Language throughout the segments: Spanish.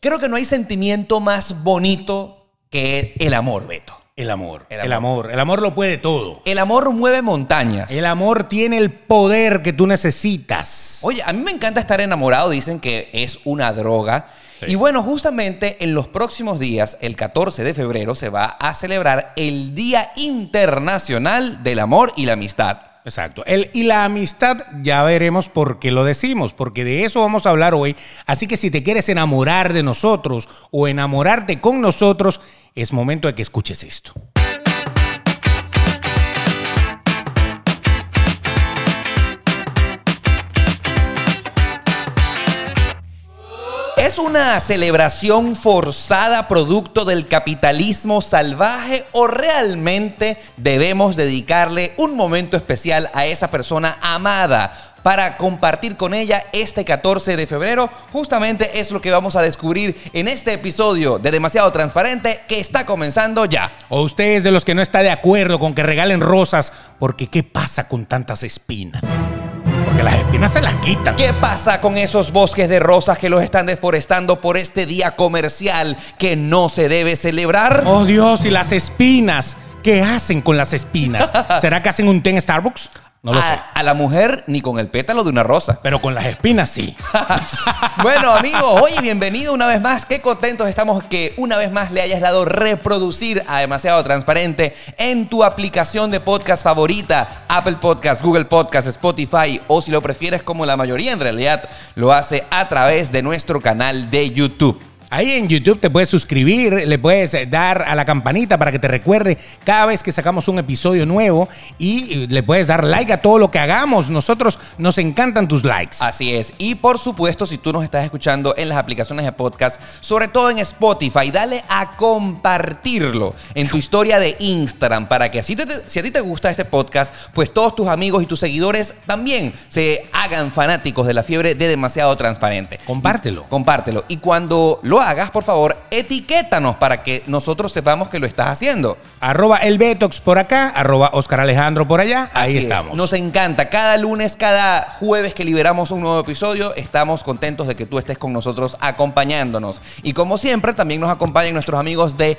Creo que no hay sentimiento más bonito que el amor, Beto. El amor, El el amor. amor. El amor, lo puede todo. El amor mueve montañas. El amor tiene el poder que tú necesitas. Oye, a mí me encanta estar enamorado, dicen que es una droga. Sí. Y bueno, justamente en los próximos días, el 14 de febrero, se va a celebrar el Día Internacional del Amor y la Amistad. Exacto. El, y la amistad ya veremos por qué lo decimos, porque de eso vamos a hablar hoy. Así que si te quieres enamorar de nosotros o enamorarte con nosotros, es momento de que escuches esto. ¿Es una celebración forzada producto del capitalismo salvaje o realmente debemos dedicarle un momento especial a esa persona amada? Para compartir con ella este 14 de febrero, justamente es lo que vamos a descubrir en este episodio de Demasiado Transparente que está comenzando ya. O ustedes de los que no está de acuerdo con que regalen rosas, porque ¿qué pasa con tantas espinas? Porque las espinas se las quitan. ¿Qué pasa con esos bosques de rosas que los están deforestando por este día comercial que no se debe celebrar? Oh Dios, y las espinas. ¿Qué hacen con las espinas? ¿Será que hacen un té en Starbucks? No lo a, sé. a la mujer ni con el pétalo de una rosa. Pero con las espinas sí. Bueno, amigos, hoy bienvenido una vez más. Qué contentos estamos que una vez más le hayas dado reproducir a Demasiado Transparente en tu aplicación de podcast favorita, Apple Podcast, Google Podcast, Spotify o si lo prefieres como la mayoría en realidad lo hace a través de nuestro canal de YouTube. Ahí en YouTube te puedes suscribir, le puedes eh, dar a la campanita para que te recuerde cada vez que sacamos un episodio nuevo y eh, le puedes dar like a todo lo que hagamos. Nosotros nos encantan tus likes. Así es. Y por supuesto, si tú nos estás escuchando en las aplicaciones de podcast, sobre todo en Spotify, dale a compartirlo en tu historia de Instagram para que así te- te- si a ti te gusta este podcast, pues todos tus amigos y tus seguidores también se hagan fanáticos de la fiebre de demasiado transparente. Compártelo. Compártelo. Y cuando lo hagas, por favor, etiquétanos para que nosotros sepamos que lo estás haciendo. Arroba el Betox por acá, arroba Oscar Alejandro por allá. Ahí Así es. estamos. Nos encanta. Cada lunes, cada jueves que liberamos un nuevo episodio, estamos contentos de que tú estés con nosotros acompañándonos. Y como siempre, también nos acompañan nuestros amigos de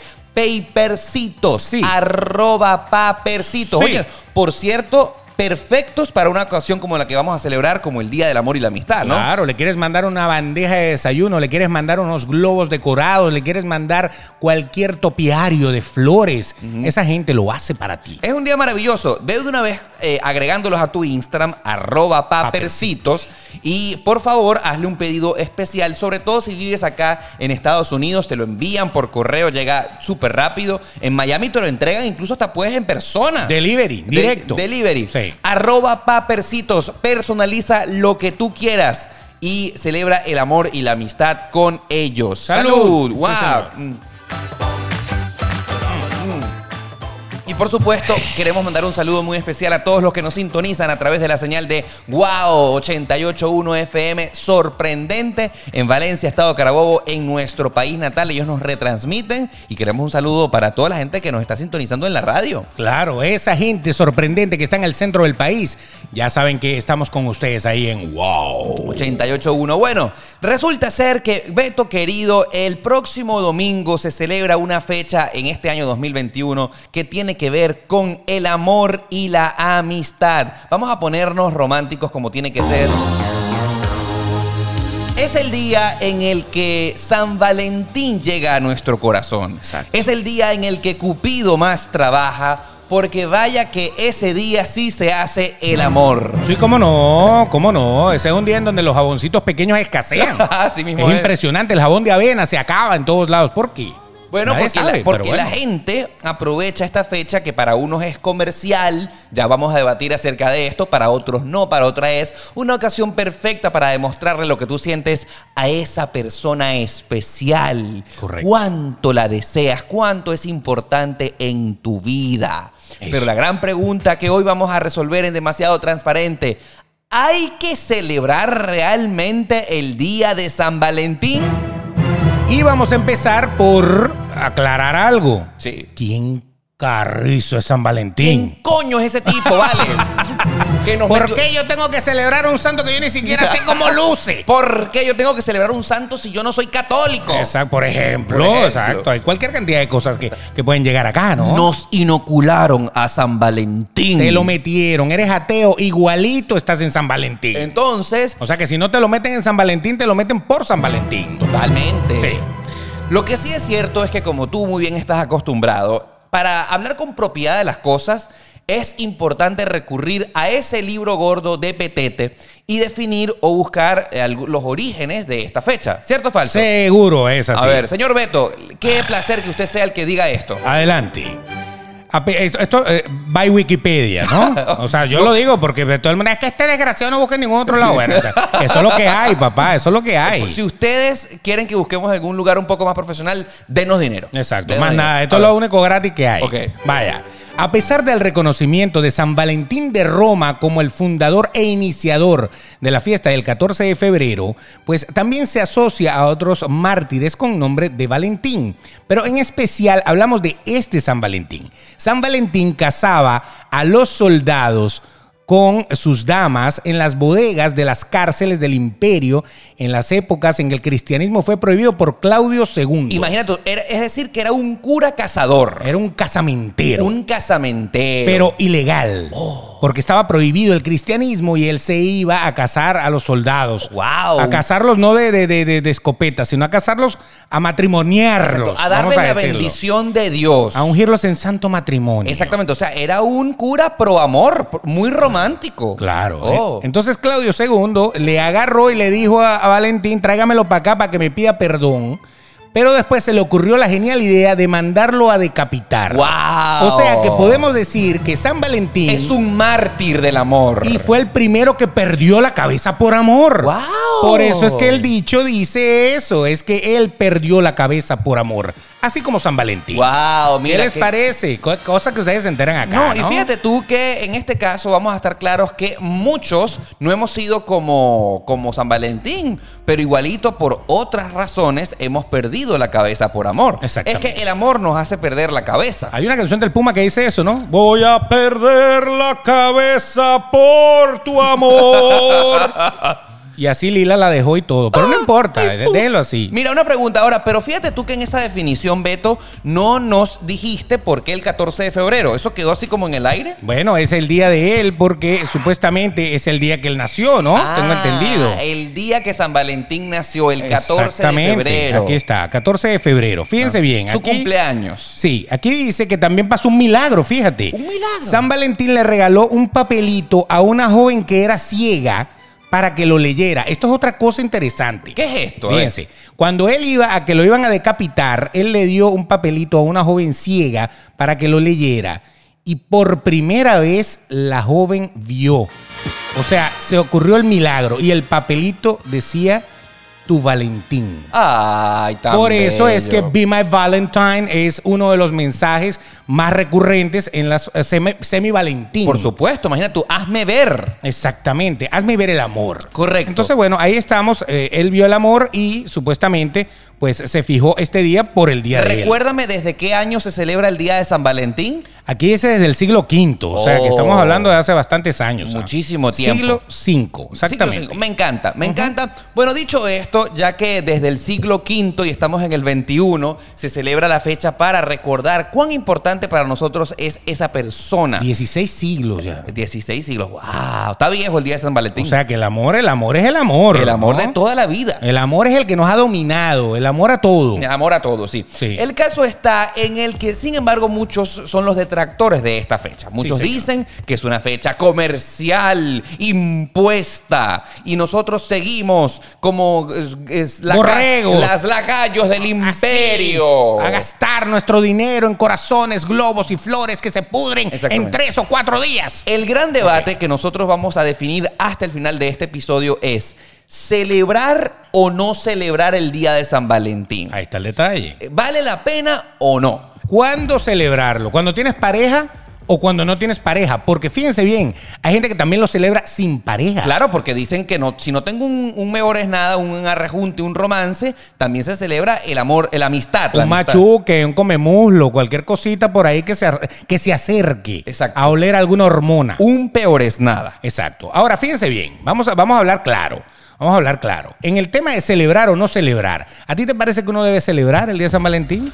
Papercitos. Sí. Arroba Papercitos. Sí. Oye, por cierto, perfectos para una ocasión como la que vamos a celebrar, como el Día del Amor y la Amistad, ¿no? Claro, le quieres mandar una bandeja de desayuno, le quieres mandar unos globos decorados, le quieres mandar cualquier topiario de flores. Esa gente lo hace para ti. Es un día maravilloso. Ve de una vez eh, agregándolos a tu Instagram, arroba papercitos. Y por favor, hazle un pedido especial, sobre todo si vives acá en Estados Unidos. Te lo envían por correo, llega súper rápido. En Miami te lo entregan, incluso hasta puedes en persona. Delivery, De- directo. delivery. Sí. Arroba papercitos. Personaliza lo que tú quieras. Y celebra el amor y la amistad con ellos. ¡Salud! ¡Salud! Sí, ¡Wow! señor. Mm. Y por supuesto, queremos mandar un saludo muy especial a todos los que nos sintonizan a través de la señal de Wow 881 FM sorprendente en Valencia, Estado Carabobo, en nuestro país natal. Ellos nos retransmiten y queremos un saludo para toda la gente que nos está sintonizando en la radio. Claro, esa gente sorprendente que está en el centro del país, ya saben que estamos con ustedes ahí en Wow. 88.1. Bueno, resulta ser que, Beto querido, el próximo domingo se celebra una fecha en este año 2021 que tiene que ver con el amor y la amistad. Vamos a ponernos románticos como tiene que ser. Es el día en el que San Valentín llega a nuestro corazón. Exacto. Es el día en el que Cupido más trabaja, porque vaya que ese día sí se hace el amor. Sí, cómo no, cómo no. Ese es un día en donde los jaboncitos pequeños escasean. Así mismo es, es. impresionante, el jabón de avena se acaba en todos lados. ¿Por qué? Bueno, Nadie porque, la- sabe, porque pero la bueno. gente aprovecha esta fecha que para unos es comercial, ya vamos a debatir acerca de esto, para otros no, para otra es una ocasión perfecta para demostrarle lo que tú sientes a esa persona especial. Correcto. Cuánto la deseas, cuánto es importante en tu vida. Eso. Pero la gran pregunta que hoy vamos a resolver en demasiado transparente, ¿hay que celebrar realmente el día de San Valentín? Y vamos a empezar por aclarar algo. Sí. ¿Quién carrizo es San ¿Quién Valentín? coño es ese tipo, vale? Que nos ¿Por metió- qué yo tengo que celebrar a un santo que yo ni siquiera sé cómo luce? ¿Por qué yo tengo que celebrar un santo si yo no soy católico? Exacto, por ejemplo, Por ejemplo. exacto. Hay cualquier cantidad de cosas que, que pueden llegar acá, ¿no? Nos inocularon a San Valentín. Te lo metieron, eres ateo, igualito estás en San Valentín. Entonces, O sea que si no te lo meten en San Valentín, te lo meten por Mm. San Valentín. Totalmente. Sí. Lo que sí es cierto es que como tú muy bien estás acostumbrado, para hablar con propiedad de las cosas es importante recurrir a ese libro gordo de Petete y definir o buscar eh, algu- los orígenes de esta fecha. ¿Cierto o falso? Seguro es así. A ver, señor Beto, qué placer que usted sea el que diga esto. Adelante. Ape- Esto, esto, eh, by Wikipedia, ¿no? O sea, yo lo digo porque de todas maneras es que este desgraciado no busque en ningún otro lado. Bueno, o sea, eso es lo que hay, papá, eso es lo que hay. Si ustedes quieren que busquemos algún lugar un poco más profesional, denos dinero. Exacto, Denos más dinero. nada, esto A es lo ver. único gratis que hay. Ok. Vaya, a pesar del reconocimiento de San Valentín de Roma como el fundador e iniciador de la fiesta del 14 de febrero, pues también se asocia a otros mártires con nombre de Valentín. Pero en especial hablamos de este San Valentín. San Valentín casaba a los soldados con sus damas en las bodegas de las cárceles del imperio en las épocas en que el cristianismo fue prohibido por Claudio II. Imagínate, era- es decir, que era un cura cazador. Era un casamentero, Un casamentero. Oh. pero ilegal. Porque estaba prohibido el cristianismo y él se iba a cazar a los soldados. Wow. A cazarlos no de, de, de- de- de escopeta, sino a cazarlos, a matrimoniarlos. Exacto, a darle vamos la decirlo. bendición de Dios. A ungirlos en santo matrimonio. Exactamente, o sea, era un cura pro amor, pro- muy romántico. Claro. Oh. ¿eh? Entonces Claudio II le agarró y le dijo a, a Valentín, tráigamelo para acá para que me pida perdón. Pero después se le ocurrió la genial idea de mandarlo a decapitar. ¡Wow! O sea que podemos decir que San Valentín Es un mártir del amor. Y fue el primero que perdió la cabeza por amor. ¡Guau! Por eso es que el dicho dice eso, es que él perdió la cabeza por amor. Así como San Valentín. ¡Wow! ¿Qué Mira les que- parece? Co- Cosa que ustedes se enteran acá. No, No, y fíjate tú que en este caso vamos a estar claros que muchos no hemos sido como, como San Valentín, pero igualito por otras razones hemos perdido la cabeza por amor. Es Exactamente. que el amor nos hace perder la cabeza. Hay una canción del Puma que dice eso, ¿no? Voy a perder la cabeza por tu amor. y así Lila la dejó y todo. Pero Ah, no importa, déjelo así. Mira, una pregunta ahora, pero fíjate tú que en esa definición, Beto, no nos dijiste por qué el 14 de febrero. ¿Eso quedó así como en el aire? Bueno, es el día de él porque supuestamente es el día que él nació, ¿no? Tengo Ah, entendido. El día que San Valentín nació, el 14 de Exactamente. febrero. Ah, Aquí está, 14 de febrero. Fíjense bien. Su aquí, cumpleaños. Sí, aquí dice que también pasó un milagro, fíjate. Un milagro. San Valentín le regaló un papelito a una joven que era ciega para que lo leyera. Esto es otra cosa interesante. ¿Qué es esto? A ver. Fíjense, cuando él iba a que lo iban a decapitar, él le dio un papelito a una joven ciega para que lo leyera. Y por primera vez la joven vio. O sea, se ocurrió el milagro. Y el papelito decía tu Valentín. Ay, tan Por eso es que bello. Be My Valentine es uno de los mensajes más recurrentes en las eh, semi- semi-Valentín. Por supuesto, imagina tú, hazme ver. Exactamente. Hazme ver el amor. Correcto. Entonces, bueno, ahí estamos. Eh, él vio el amor y supuestamente, pues se fijó este día por el día de él. Recuérdame desde qué año se celebra el día de San Valentín. Aquí dice desde el siglo V, o sea, que Oh. estamos hablando de hace bastantes años. ¿sabes? Muchísimo tiempo. Siglo V, exactamente. Siglo V. Me encanta, me encanta. Bueno, dicho esto, ya que desde el siglo V y estamos en el XXI, se celebra la fecha para recordar cuán importante para nosotros es esa persona. 16 siglos ya. 16 siglos, wow. Está viejo el día de San Valentín. O sea, que el amor, el amor es el amor. el amor ¿no? de toda la vida. El amor es el que nos ha dominado, el amor a todo. El amor a todos, sí. Sí. El caso está en el que, sin embargo, muchos son los detractores de esta fecha. Muchos señor. dicen que es una fecha comercial, impuesta, y nosotros seguimos como eh, es, laca- Borregos. Ah, las lacayos del Así, imperio. A gastar nuestro dinero en corazones, globos y flores que se pudren en Exactamente. Eh. tres o cuatro días. El gran debate que nosotros vamos a definir hasta el final de este episodio es celebrar o no celebrar el Día de San Valentín. Ahí está el detalle. ¿Vale la pena o no? ¿Cuándo celebrarlo? ¿Cuando tienes pareja o cuando no tienes pareja. Porque fíjense bien, hay gente que también lo celebra sin pareja. Claro, porque dicen que no, si no tengo un, un mejor es nada, un arrejunte, un romance, también se celebra el amor, la amistad. la un amistad. machuque, un comemuslo, cualquier cosita por ahí que se, ar- que se acerque Exacto. a oler alguna hormona. Un peor es nada. Exacto. Ahora, fíjense bien, vamos a, vamos a hablar claro. Vamos a hablar claro. En el tema de celebrar o no celebrar, ¿a ti te parece que uno debe celebrar el Día de San Valentín?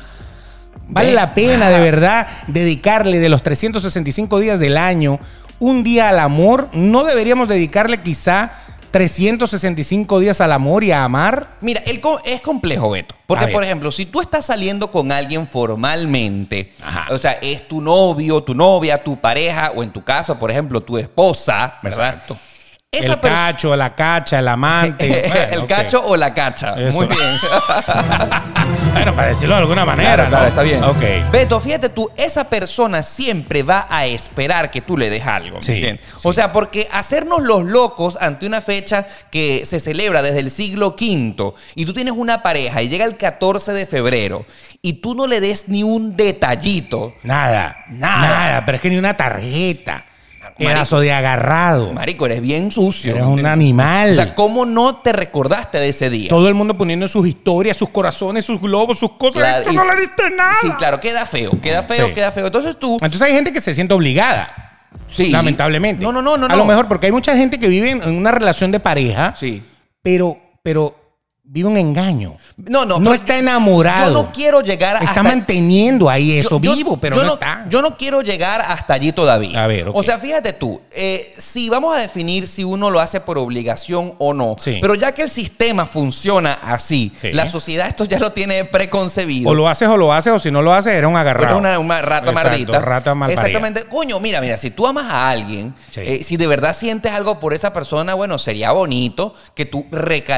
¿Vale Ve- la pena de verdad dedicarle de los 365 días del año un día al amor? ¿No deberíamos dedicarle quizá 365 días al amor y a amar? Mira, el co- es complejo, Beto. A Porque, ver. por ejemplo, si tú estás saliendo con alguien formalmente, Ajá. o sea, es tu novio, tu novia, tu pareja, o en tu caso, por ejemplo, tu esposa, ¿verdad? Exacto. Esa el pers- cacho, la cacha, el amante. el Bueno, ok. cacho o la cacha. Eso. Muy bien. Bueno, para decirlo de alguna manera, Claro, claro, ¿no? está bien. Ok. Beto, fíjate tú, esa persona siempre va a esperar que tú le des algo. ¿me Sí, entiendes? O sea, porque hacernos los locos ante una fecha que se celebra desde el siglo V y tú tienes una pareja y llega el 14 de febrero y tú no le des ni un detallito. Nada. Nada. Nada, pero es que ni una tarjeta. Marico. Pedazo de agarrado. Marico, eres bien sucio. Eres ¿me un entiendes? animal. O sea, ¿cómo no te recordaste de ese día? Todo el mundo poniendo sus historias, sus corazones, sus globos, sus cosas. Claro, Esto y- no le diste nada. Sí, claro, queda feo, queda feo, Sí. queda feo. Entonces tú, Entonces hay gente que se siente obligada. sí. Lamentablemente. No, no, no, no. A no. lo mejor porque hay mucha gente que vive en en una relación de pareja, Sí. pero, pero vive un engaño. No, no. No, pero- está Yo enamorado. no quiero llegar Está hasta... manteniendo ahí Yo- eso yo- vivo, pero yo no, está. Yo no quiero llegar hasta allí todavía. A ver, ok. O sea, fíjate tú, eh, si vamos a definir si uno lo hace por obligación o no, Sí. pero ya que el sistema funciona así, Sí. la sociedad esto ya lo tiene preconcebido. o lo haces o lo haces, o si no lo haces, era un agarrado. Pero una, una rata Exacto, mardita. rata malparida. Exactamente. Coño, mira, mira, si tú amas a alguien, Sí. eh, si de verdad sientes algo por esa persona, bueno, sería bonito que tú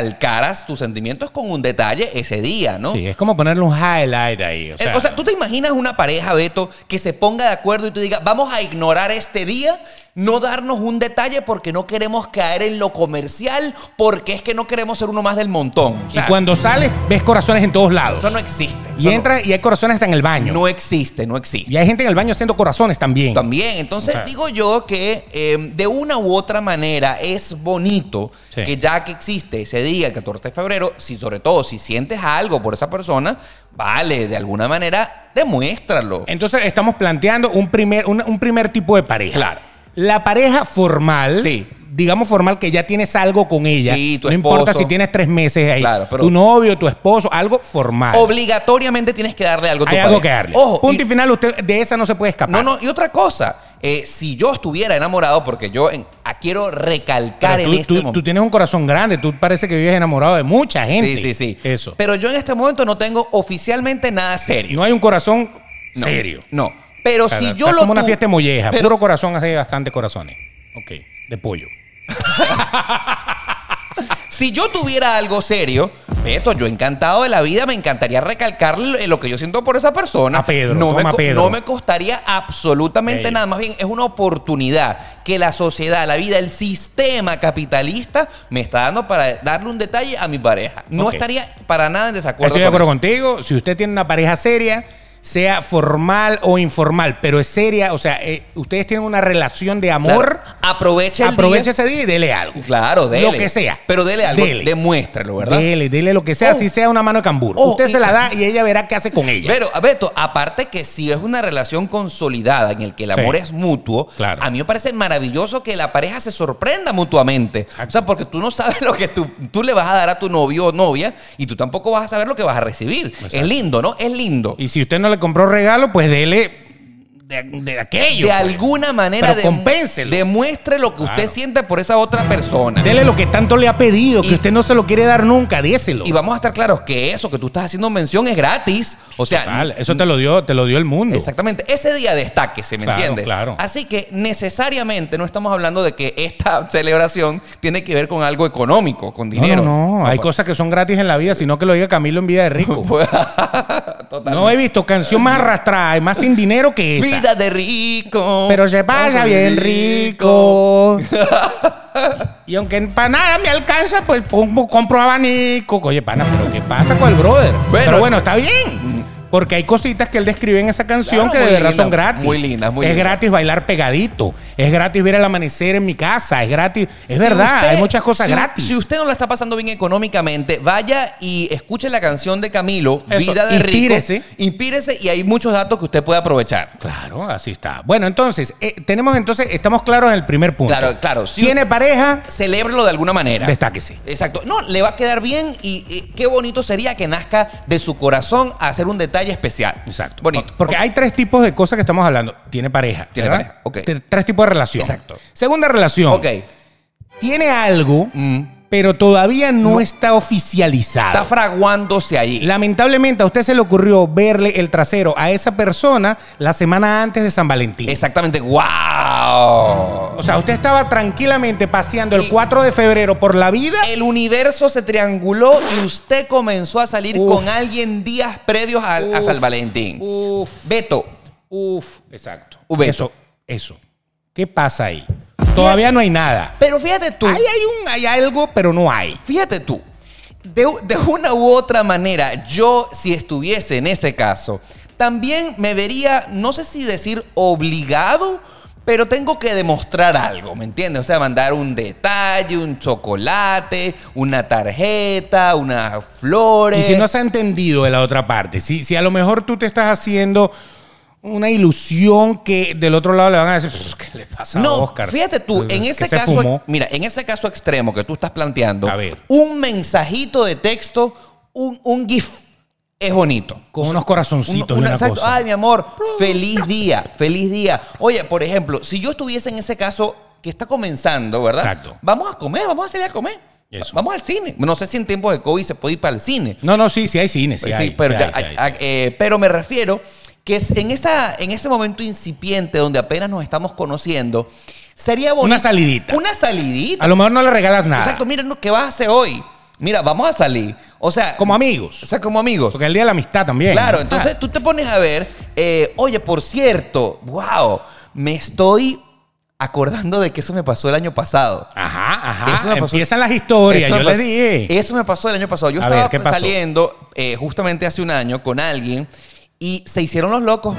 recalcaras tus sentimientos con un detalle ese día, ¿no? Sí, es como ponerle un highlight ahí. O Eh, sea, O sea, ¿tú te imaginas una pareja, Beto, que se ponga de acuerdo y tú digas, vamos a ignorar este día, no darnos un detalle porque no queremos caer en lo comercial, porque es que no queremos ser uno más del montón? O y sea, cuando sales, ves corazones en todos lados. eso no existe. y Eso no- entras y hay corazones hasta en el baño. No existe, no existe. Y hay gente en el baño haciendo corazones también. También, entonces Ajá. digo yo que eh, de una u otra manera es bonito Sí. que ya que existe ese día, el 14 de febrero, si sobre todo si sientes algo por esa persona, vale, de alguna manera, demuéstralo. Entonces estamos planteando un primer, un, un primer tipo de pareja. Claro. La pareja formal. Sí. Digamos formal que ya tienes algo con ella. Sí, tu no importa esposo. si tienes tres meses ahí. Claro, pero- tu novio, tu esposo, algo formal. Obligatoriamente tienes que darle algo a tu Hay algo pareja. que darle. Ojo, Punto y- y, final, usted de esa no se puede escapar. no, no, y otra cosa, eh, si yo estuviera enamorado, porque yo en- ah, quiero recalcar Pero en tú, este tú- momento. tú tienes un corazón grande, tú parece que vives enamorado de mucha gente. sí, sí, sí. Eso. Pero yo en este momento no tengo oficialmente nada serio. no hay un corazón No, serio. No. Pero Claro, si yo está lo como una tu- fiesta de molleja, pero- puro corazón hace bastantes corazones. Ok, de pollo. Si yo tuviera algo serio, Beto, yo encantado de la vida, me encantaría recalcar l- lo que yo siento por esa persona. A Pedro, no, me toma co- Pedro. no me costaría absolutamente Bello. nada. Más bien, es una oportunidad que la sociedad, la vida, el sistema capitalista me está dando para darle un detalle a mi pareja. No Ok. estaría para nada en desacuerdo. Estoy de acuerdo con eso. contigo. Si usted tiene una pareja seria, sea formal o informal, pero es seria, o sea, eh, ustedes tienen una relación de amor, Claro, aprovecha el día. aproveche ese día y dele algo. Claro, dele. Lo que sea. Pero dele algo. Dele. Demuéstralo, ¿verdad? Dele, dele lo que sea, Oh. si sea una mano de cambur. Oh, usted y- se la da y ella verá qué hace con ella. Pero, Beto, aparte que si es una relación consolidada en el que el Sí. amor es mutuo, Claro. a mí me parece maravilloso que la pareja se sorprenda mutuamente. O sea, porque tú no sabes lo que tú, tú le vas a dar a tu novio o novia y tú tampoco vas a saber lo que vas a recibir. Es lindo, ¿no? Es lindo. Y si usted no le compró regalo, pues dele de, de aquello. de pues. alguna manera Pero de- compénselo. demuestre lo que usted Claro. siente por esa otra persona. Dele lo que tanto le ha pedido, Y- que usted no se lo quiere dar nunca, déselo. y vamos a estar claros que eso que tú estás haciendo mención es gratis. O sea, Vale, eso te lo dio, te lo dio el mundo. Exactamente. Ese día destaque, ¿se me Claro, entiendes? claro. Así que necesariamente no estamos hablando de que esta celebración tiene que ver con algo económico, con No, no, dinero. pues. no, hay pa- cosas que son gratis en la vida, sino que lo diga Camilo en vida de rico. Totalmente. No he visto canción más arrastrada y más sin dinero que esa. Vida de rico. Pero se pasa bien rico. y aunque para nada me alcanza, pues pongo- compro abanico. Oye, pana, pero ¿qué pasa con el brother? Bueno. mm. pero bueno, está bien. Porque hay cositas que él describe en esa canción Claro, que de muy verdad linda, son gratis. muy linda, muy Es linda. gratis bailar pegadito. Es gratis ver el amanecer en mi casa. Es gratis. Es Si verdad, usted- hay muchas cosas si- gratis. Si usted no la está pasando bien económicamente, vaya y escuche la canción de Camilo, Eso, Vida de inspírese. Rico. Inspírese y hay muchos datos que usted puede aprovechar. Claro, así está. Bueno, entonces, eh, tenemos entonces, estamos claros en el primer punto. Claro, claro. Si ¿Tiene pareja? Celébrelo de alguna manera. Destáquese. Exacto. No, le va a quedar bien y, y qué bonito sería que nazca de su corazón hacer un detalle especial. Exacto. Bonito. Porque Ok. hay tres tipos de cosas que estamos hablando. Tiene pareja. Tiene ¿verdad? pareja, ok. T- Tres tipos de relación. Exacto. Segunda relación. Ok. Tiene algo, Mm. pero todavía no, está oficializado. Está fraguándose ahí. Lamentablemente a usted se le ocurrió verle el trasero a esa persona la semana antes de San Valentín. Exactamente. ¡Wow! O sea, usted estaba tranquilamente paseando Y- el 4 de febrero por la vida. El universo se trianguló y usted comenzó a salir Uf. con alguien días previos a, a San Valentín. Uf, Beto, uf, exacto. Eh. Ubeto. Eso, eso. ¿Qué pasa ahí? Todavía no hay nada. pero fíjate tú, Ahí hay un, hay algo, pero no hay. fíjate tú, de, u- de una u otra manera, yo si estuviese en ese caso, también me vería, no sé si decir obligado, pero tengo que demostrar algo, ¿me entiendes? O sea, mandar un detalle, un chocolate, una tarjeta, unas flores. Y si no se ha entendido de la otra parte, si, si a lo mejor tú te estás haciendo una ilusión que del otro lado le van a decir, "Pff, ¿qué le pasa No, a Oscar? fíjate tú, en Entonces, ese que se caso, fumó. mira, en ese caso extremo que tú estás planteando, A ver. un mensajito de texto, un, un GIF es bonito. Con unos Uno- corazoncitos y una- una exacto, cosa. Ay, mi amor, feliz día, feliz día. Oye, por ejemplo, si yo estuviese en ese caso que está comenzando, ¿verdad? Exacto. Vamos a comer, vamos a salir a comer. Eso. Vamos al cine. No sé si en tiempos de COVID se puede ir para el cine. No, no, sí, sí hay cine, sí, Pues sí, hay, pero, sí ya- hay, sí hay. a- eh, pero me refiero que es en, esa, en ese momento incipiente donde apenas nos estamos conociendo, sería bonito. Una salidita. Una salidita. A lo mejor no le regalas nada. Exacto, mira, no, ¿qué vas a hacer hoy? Mira, vamos a salir. O sea, Como amigos. o sea, como amigos. Porque el día de la amistad también. Claro, ¿no? entonces tú te pones a ver, eh, oye, por cierto, wow, me estoy acordando de que eso me pasó el año pasado. Ah, Ajá, ajá. Eso me pasó- Empiezan las historias. Eso me Yo les pasó- Eh, dije. Eso me pasó el año pasado. Yo A estaba ver, ¿qué pasó? saliendo eh, justamente hace un año con alguien y se hicieron los locos.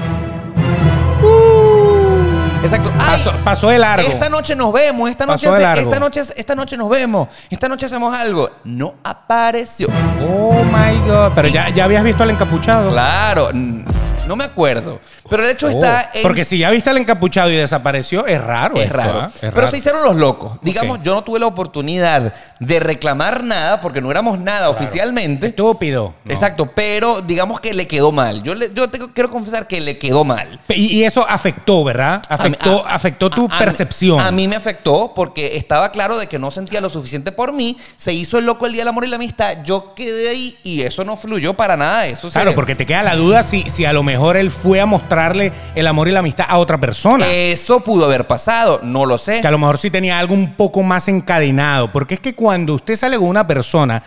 Exacto. uh, Ay, Pasó, pasó de largo. esta noche nos vemos, esta noche, Pasó de hace- largo. esta, noche, esta noche nos vemos, esta noche hacemos algo. No apareció. Oh my God. Pero ya, ya habías visto al encapuchado. Claro, n- no me acuerdo. Pero el hecho Oh, está en Porque si ya viste al encapuchado y desapareció, es raro. Es esto, raro. ¿ah? Es Pero raro. se hicieron los locos. Digamos, yo no tuve la oportunidad de reclamar nada porque no éramos nada oficialmente. Estúpido. No. Exacto, pero digamos que le quedó mal. Yo, le- yo tengo- quiero confesar que le quedó mal. Y, y eso afectó, ¿verdad? A mí- Afectó, a- afectó tu a- a- percepción. A mí me afectó porque estaba claro de que no sentía lo suficiente por mí. Se hizo el loco el Día del Amor y la Amistad. Yo quedé ahí y eso no fluyó para nada. Eso se- Claro, porque te queda la duda si, si a lo mejor él fue a mostrarle el amor y la amistad a otra persona. Eso pudo haber pasado, no lo sé. Que a lo mejor sí tenía algo un poco más encadenado. Porque es que cuando usted sale con una persona,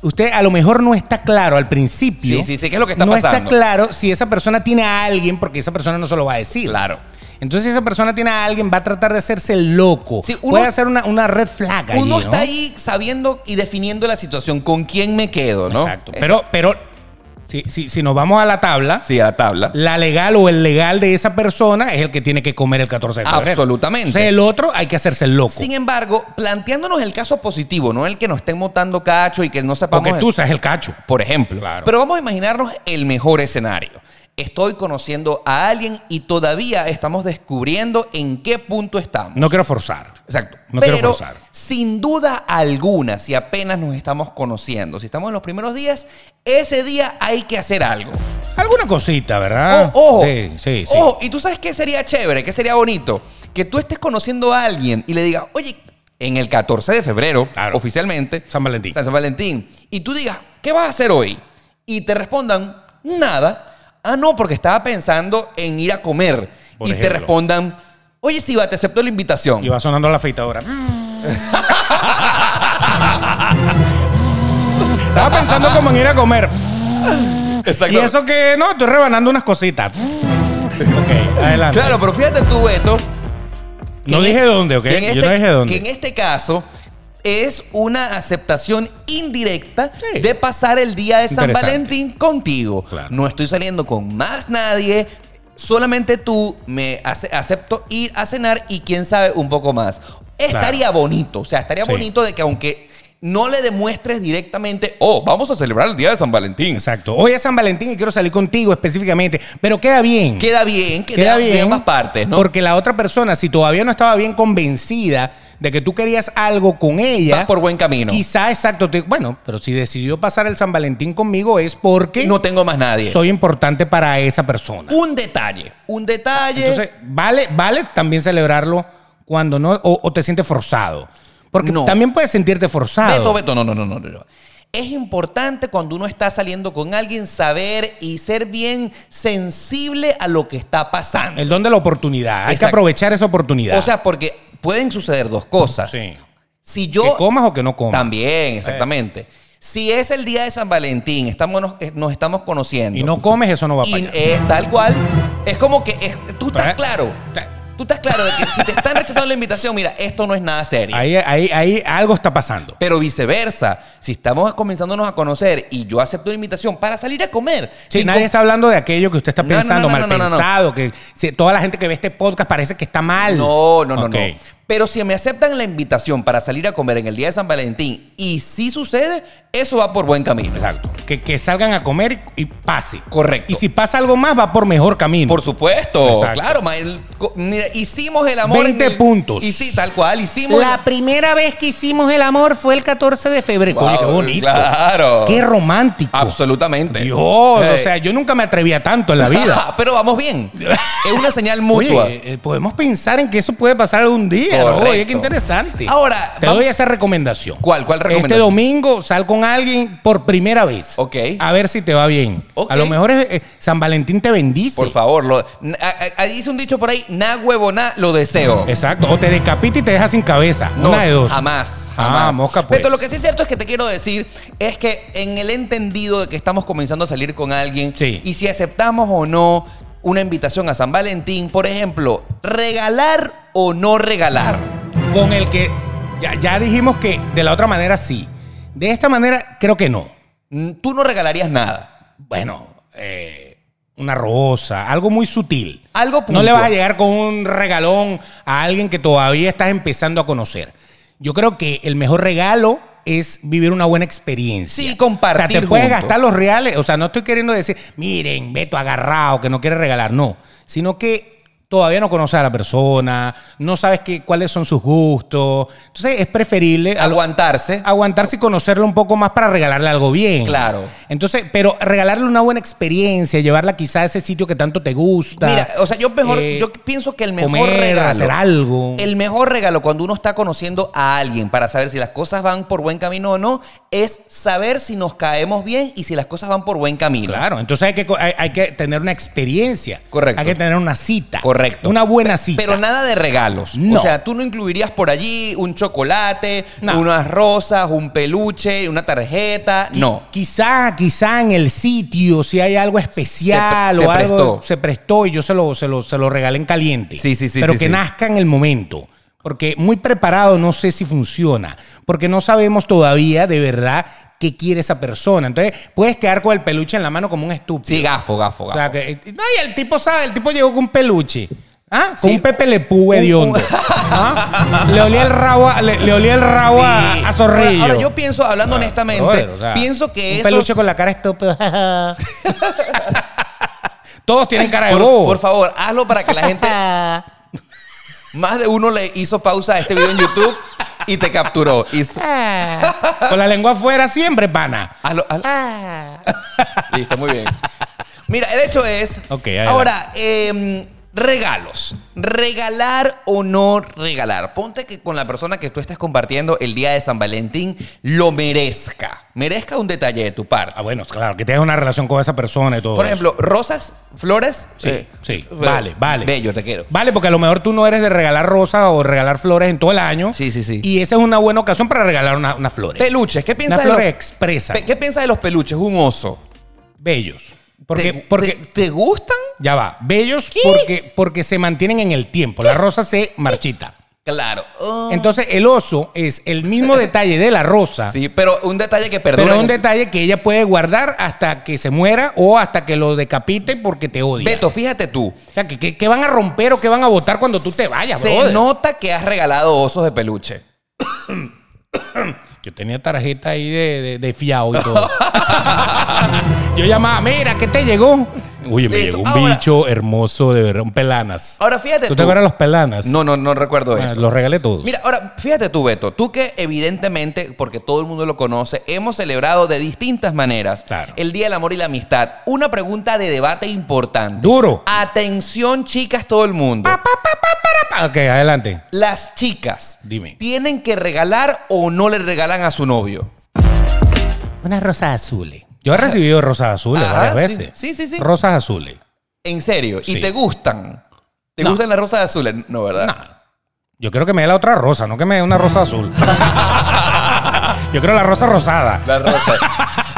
usted a lo mejor no está claro al principio. Sí, sí, sí, ¿qué es lo que está no pasando? está claro si esa persona tiene a alguien, porque esa persona no se lo va a decir. Claro. Entonces, si esa persona tiene a alguien, va a tratar de hacerse el loco. Sí, uno- Puede hacer una, una red flag allí, Uno ¿no? está ahí sabiendo y definiendo la situación, con quién me quedo, ¿no? Eh, Exacto. Pero, pero si, si, si nos vamos a la tabla, Sí, a la tabla. la legal o el legal de esa persona es el que tiene que comer el 14 de febrero. Ah, Absolutamente. O sea, el otro hay que hacerse el loco. Sin embargo, planteándonos el caso positivo, no el que nos estén montando cacho y que no sepamos. porque tú seas el cacho. por ejemplo. Claro. Pero vamos a imaginarnos el mejor escenario. Estoy conociendo a alguien y todavía estamos descubriendo en qué punto estamos. No quiero forzar. Exacto. No quiero Pero forzar. sin duda alguna, si apenas nos estamos conociendo, si estamos en los primeros días, ese día hay que hacer algo. Alguna cosita, ¿verdad? O- ojo, Ah, Sí, sí, sí. ojo, y tú sabes qué sería chévere, qué sería bonito, que tú estés conociendo a alguien y le digas, oye, en el 14 de febrero, Claro. oficialmente, San Valentín. San Valentín, y tú digas, ¿qué vas a hacer hoy? Y te respondan, nada. Ah, no, porque estaba pensando en ir a comer. Por y te ejemplo. respondan, oye, sí, va, te acepto la invitación. Y va sonando la afeitadora. Estaba pensando como en ir a comer. Exacto. Y eso que no, estoy rebanando unas cositas. ok, adelante. Claro, pero fíjate tú, Beto, no dije dónde, ok. que en Yo no este- dije dónde. Que en este caso, es una aceptación indirecta Sí. de pasar el día de San Interesante. Valentín contigo. Claro. No estoy saliendo con más nadie. Solamente tú me ace- acepto ir a cenar y quién sabe un poco más. Estaría bonito, o sea, estaría Sí. bonito de que aunque no le demuestres directamente, oh, vamos a celebrar el día de San Valentín. Exacto. Hoy es San Valentín y quiero salir contigo específicamente, pero queda bien. Queda bien, que queda de- de bien. ambas partes, ¿no? Porque la otra persona, si todavía no estaba bien convencida de que tú querías algo con ella, Vas por buen camino. quizá exacto. te- bueno, pero si decidió pasar el San Valentín conmigo es porque No tengo más nadie. soy importante para esa persona. un detalle, un detalle. Entonces, vale, vale también celebrarlo cuando no, o, o te sientes forzado. Porque No. también puedes sentirte forzado. Beto, Beto, no, no, no, no, no. Es importante cuando uno está saliendo con alguien saber y ser bien sensible a lo que está pasando. El don de la oportunidad. Hay que Exacto. aprovechar esa oportunidad. O sea, porque pueden suceder dos cosas. Sí. Eh. Si yo que comas o que no comas. también, exactamente. Si es el día de San Valentín, estamos, nos, eh, nos estamos conociendo. Y no comes, eso no va a Y allá. Eh. es tal cual. Es como que es- tú estás Pero- claro. Tú estás claro de que si te están rechazando la invitación, mira, esto no es nada serio. Ahí, ahí, ahí algo está pasando. Pero viceversa, si estamos comenzándonos a conocer y yo acepto una invitación para salir a comer. Sí, sin nadie com- está hablando de aquello que usted está No, no, no, pensando, no, mal no, no, no. pensado, que si- toda la gente que ve este podcast parece que está mal. No, no, no, Ok. no. Pero si me aceptan la invitación para salir a comer en el día de San Valentín y si sucede, eso va por buen camino. Exacto. Que, que salgan a comer y, y pase. Correcto. Y si pasa algo más, va por mejor camino. Por supuesto, Exacto. claro, ma- el- co- mira, hicimos el amor. en 20 el- puntos. Y sí, tal cual, hicimos. el- primera vez que hicimos el amor fue el 14 de febrero. Wow, Oye, qué bonito. Claro. Qué romántico. Absolutamente. Dios, o Eh, sea, yo nunca me atrevía tanto en la vida. Pero vamos bien. Es una señal mutua. Oye, eh, podemos pensar en que eso puede pasar algún día. ¿no? Oye, qué Correcto. interesante. Ahora, te vam- doy esa recomendación. ¿Cuál? ¿Cuál recomendación? Este domingo sal con alguien por primera vez. Ok. A ver si te va bien. Ok. A lo mejor es- eh, San Valentín te bendice. Por favor, lo, na- a- a- dice un dicho por ahí, na huevona, lo deseo. Exacto. O te decapita y te deja sin cabeza. No, Una de dos. Jamás, Ah, jamás. mosca, pues. Pero lo que sí es cierto es que te quiero decir es que en el entendido de que estamos comenzando a salir con alguien Sí. y si aceptamos o no una invitación a San Valentín, por ejemplo, regalar o no regalar. Con el que ya, ya dijimos que de la otra manera sí. De esta manera creo que no. Mm, Tú no regalarías nada. Bueno, eh, una rosa, algo muy sutil. Algo No le puntual. vas a llegar con un regalón a alguien que todavía estás empezando a conocer. Yo creo que el mejor regalo es vivir una buena experiencia. Sí, compartir O sea, te puedes juntos. gastar los reales. O sea, no estoy queriendo decir, miren, Beto agarrado, que no quiere regalar. No, sino que todavía no conoces a la persona, no sabes qué, cuáles son sus gustos. Entonces es preferible algo- Aguantarse. aguantarse y conocerlo un poco más para regalarle algo bien. Claro. Entonces, pero regalarle una buena experiencia, llevarla quizá a ese sitio que tanto te gusta. Mira, o sea, yo mejor, Eh, yo pienso que el mejor comer, regalo. hacer algo. El mejor regalo cuando uno está conociendo a alguien para saber si las cosas van por buen camino o no, es saber si nos caemos bien y si las cosas van por buen camino. Claro, entonces hay que, co- hay, hay que tener una experiencia. Correcto. Hay que tener una cita. Correcto. Una buena Pe- cita. Pero nada de regalos. No. O sea, tú no incluirías por allí un chocolate, No. unas rosas, un peluche, una tarjeta. Qui- No. Quizá, quizá en el sitio, si hay algo especial Se pre- o se algo prestó. se prestó y yo se lo, se lo, se lo regalé en caliente. Sí, sí, sí, Pero sí, que sí. nazca en el momento. Porque muy preparado no sé si funciona. Porque no sabemos todavía de verdad qué quiere esa persona. Entonces puedes quedar con el peluche en la mano como un estúpido. Sí, gafo, gafo, O gafo. sea, que, eh, no, y el tipo sabe, el tipo llegó con un peluche. ¿Ah? Con Sí. un Pepe Le Pú hediondo. ¿Ah? Le olía el rabo, a- le, le olía el rabo a- Sí. a, zorrillo. Ah, Ahora, ahora yo pienso, hablando honestamente, Brother, o sea, pienso que un eso. peluche con la cara estúpida. Todos tienen cara de Por, bobo. por favor, hazlo para que la gente. Más de uno le hizo pausa a este video en YouTube y te capturó. Y, Con la lengua afuera siempre, pana. hazlo, hazlo. Listo, muy bien. Mira, el hecho es. Ok, adelante. ahora, eh, regalos. Regalar o no regalar. Ponte que con la persona que tú estás compartiendo el día de San Valentín lo merezca. Merezca un detalle de tu Ah, parte. bueno, claro, que tengas una relación con esa persona y todo. Por eso. ejemplo, rosas, flores. Sí, eh, sí. eh, Vale, vale. Bello, te quiero. Vale, porque a lo mejor tú no eres de regalar rosas o regalar flores en todo el año. Sí, sí, sí. Y esa es una buena ocasión para regalar una- unas flores. Peluches, ¿qué unas piensas de flores los, expresas. pe- ¿Qué piensas de los peluches? Un oso. bellos. Porque, ¿Te, porque te- te gustan? ya va. Bellos porque, porque se mantienen en el tiempo. La rosa se marchita. Claro. Oh. Entonces, el oso es el mismo detalle de la rosa. Sí, pero un detalle que perdona. Pero es un detalle que ella puede guardar hasta que se muera o hasta que lo decapite porque te odia. Beto, fíjate tú. O sea, ¿qué, qué, qué van a romper o qué van a votar cuando tú te vayas, se brother? nota que has regalado osos de peluche. Yo tenía tarjeta ahí de, de, de fiao y todo. Yo llamaba, mira, ¿qué te llegó? Oye, me Listo, llegó un ahora- bicho hermoso de verdad, un pelanas. Ahora fíjate ¿Tú tú. te acuerdas de los pelanas? No, no, no recuerdo Ah, eso. Los regalé todos. Mira, ahora, fíjate tú, Beto, tú que evidentemente, porque todo el mundo lo conoce, hemos celebrado de distintas maneras Claro. el Día del Amor y la Amistad. Una pregunta de debate importante. Duro. Atención, chicas, todo el mundo. Ah, Ok, adelante. Las chicas, Dime. ¿tienen que regalar o no le regalan a su novio? Unas rosas azules. Yo he recibido rosas azules Ajá, varias sí. veces. Sí, sí, sí. Rosas azules. En serio, ¿y Sí. te gustan? ¿Te No. gustan las rosas azules? No, ¿verdad? No. Yo creo que me dé la otra rosa, no que me dé una rosa azul. Yo creo la rosa rosada. Las rosas.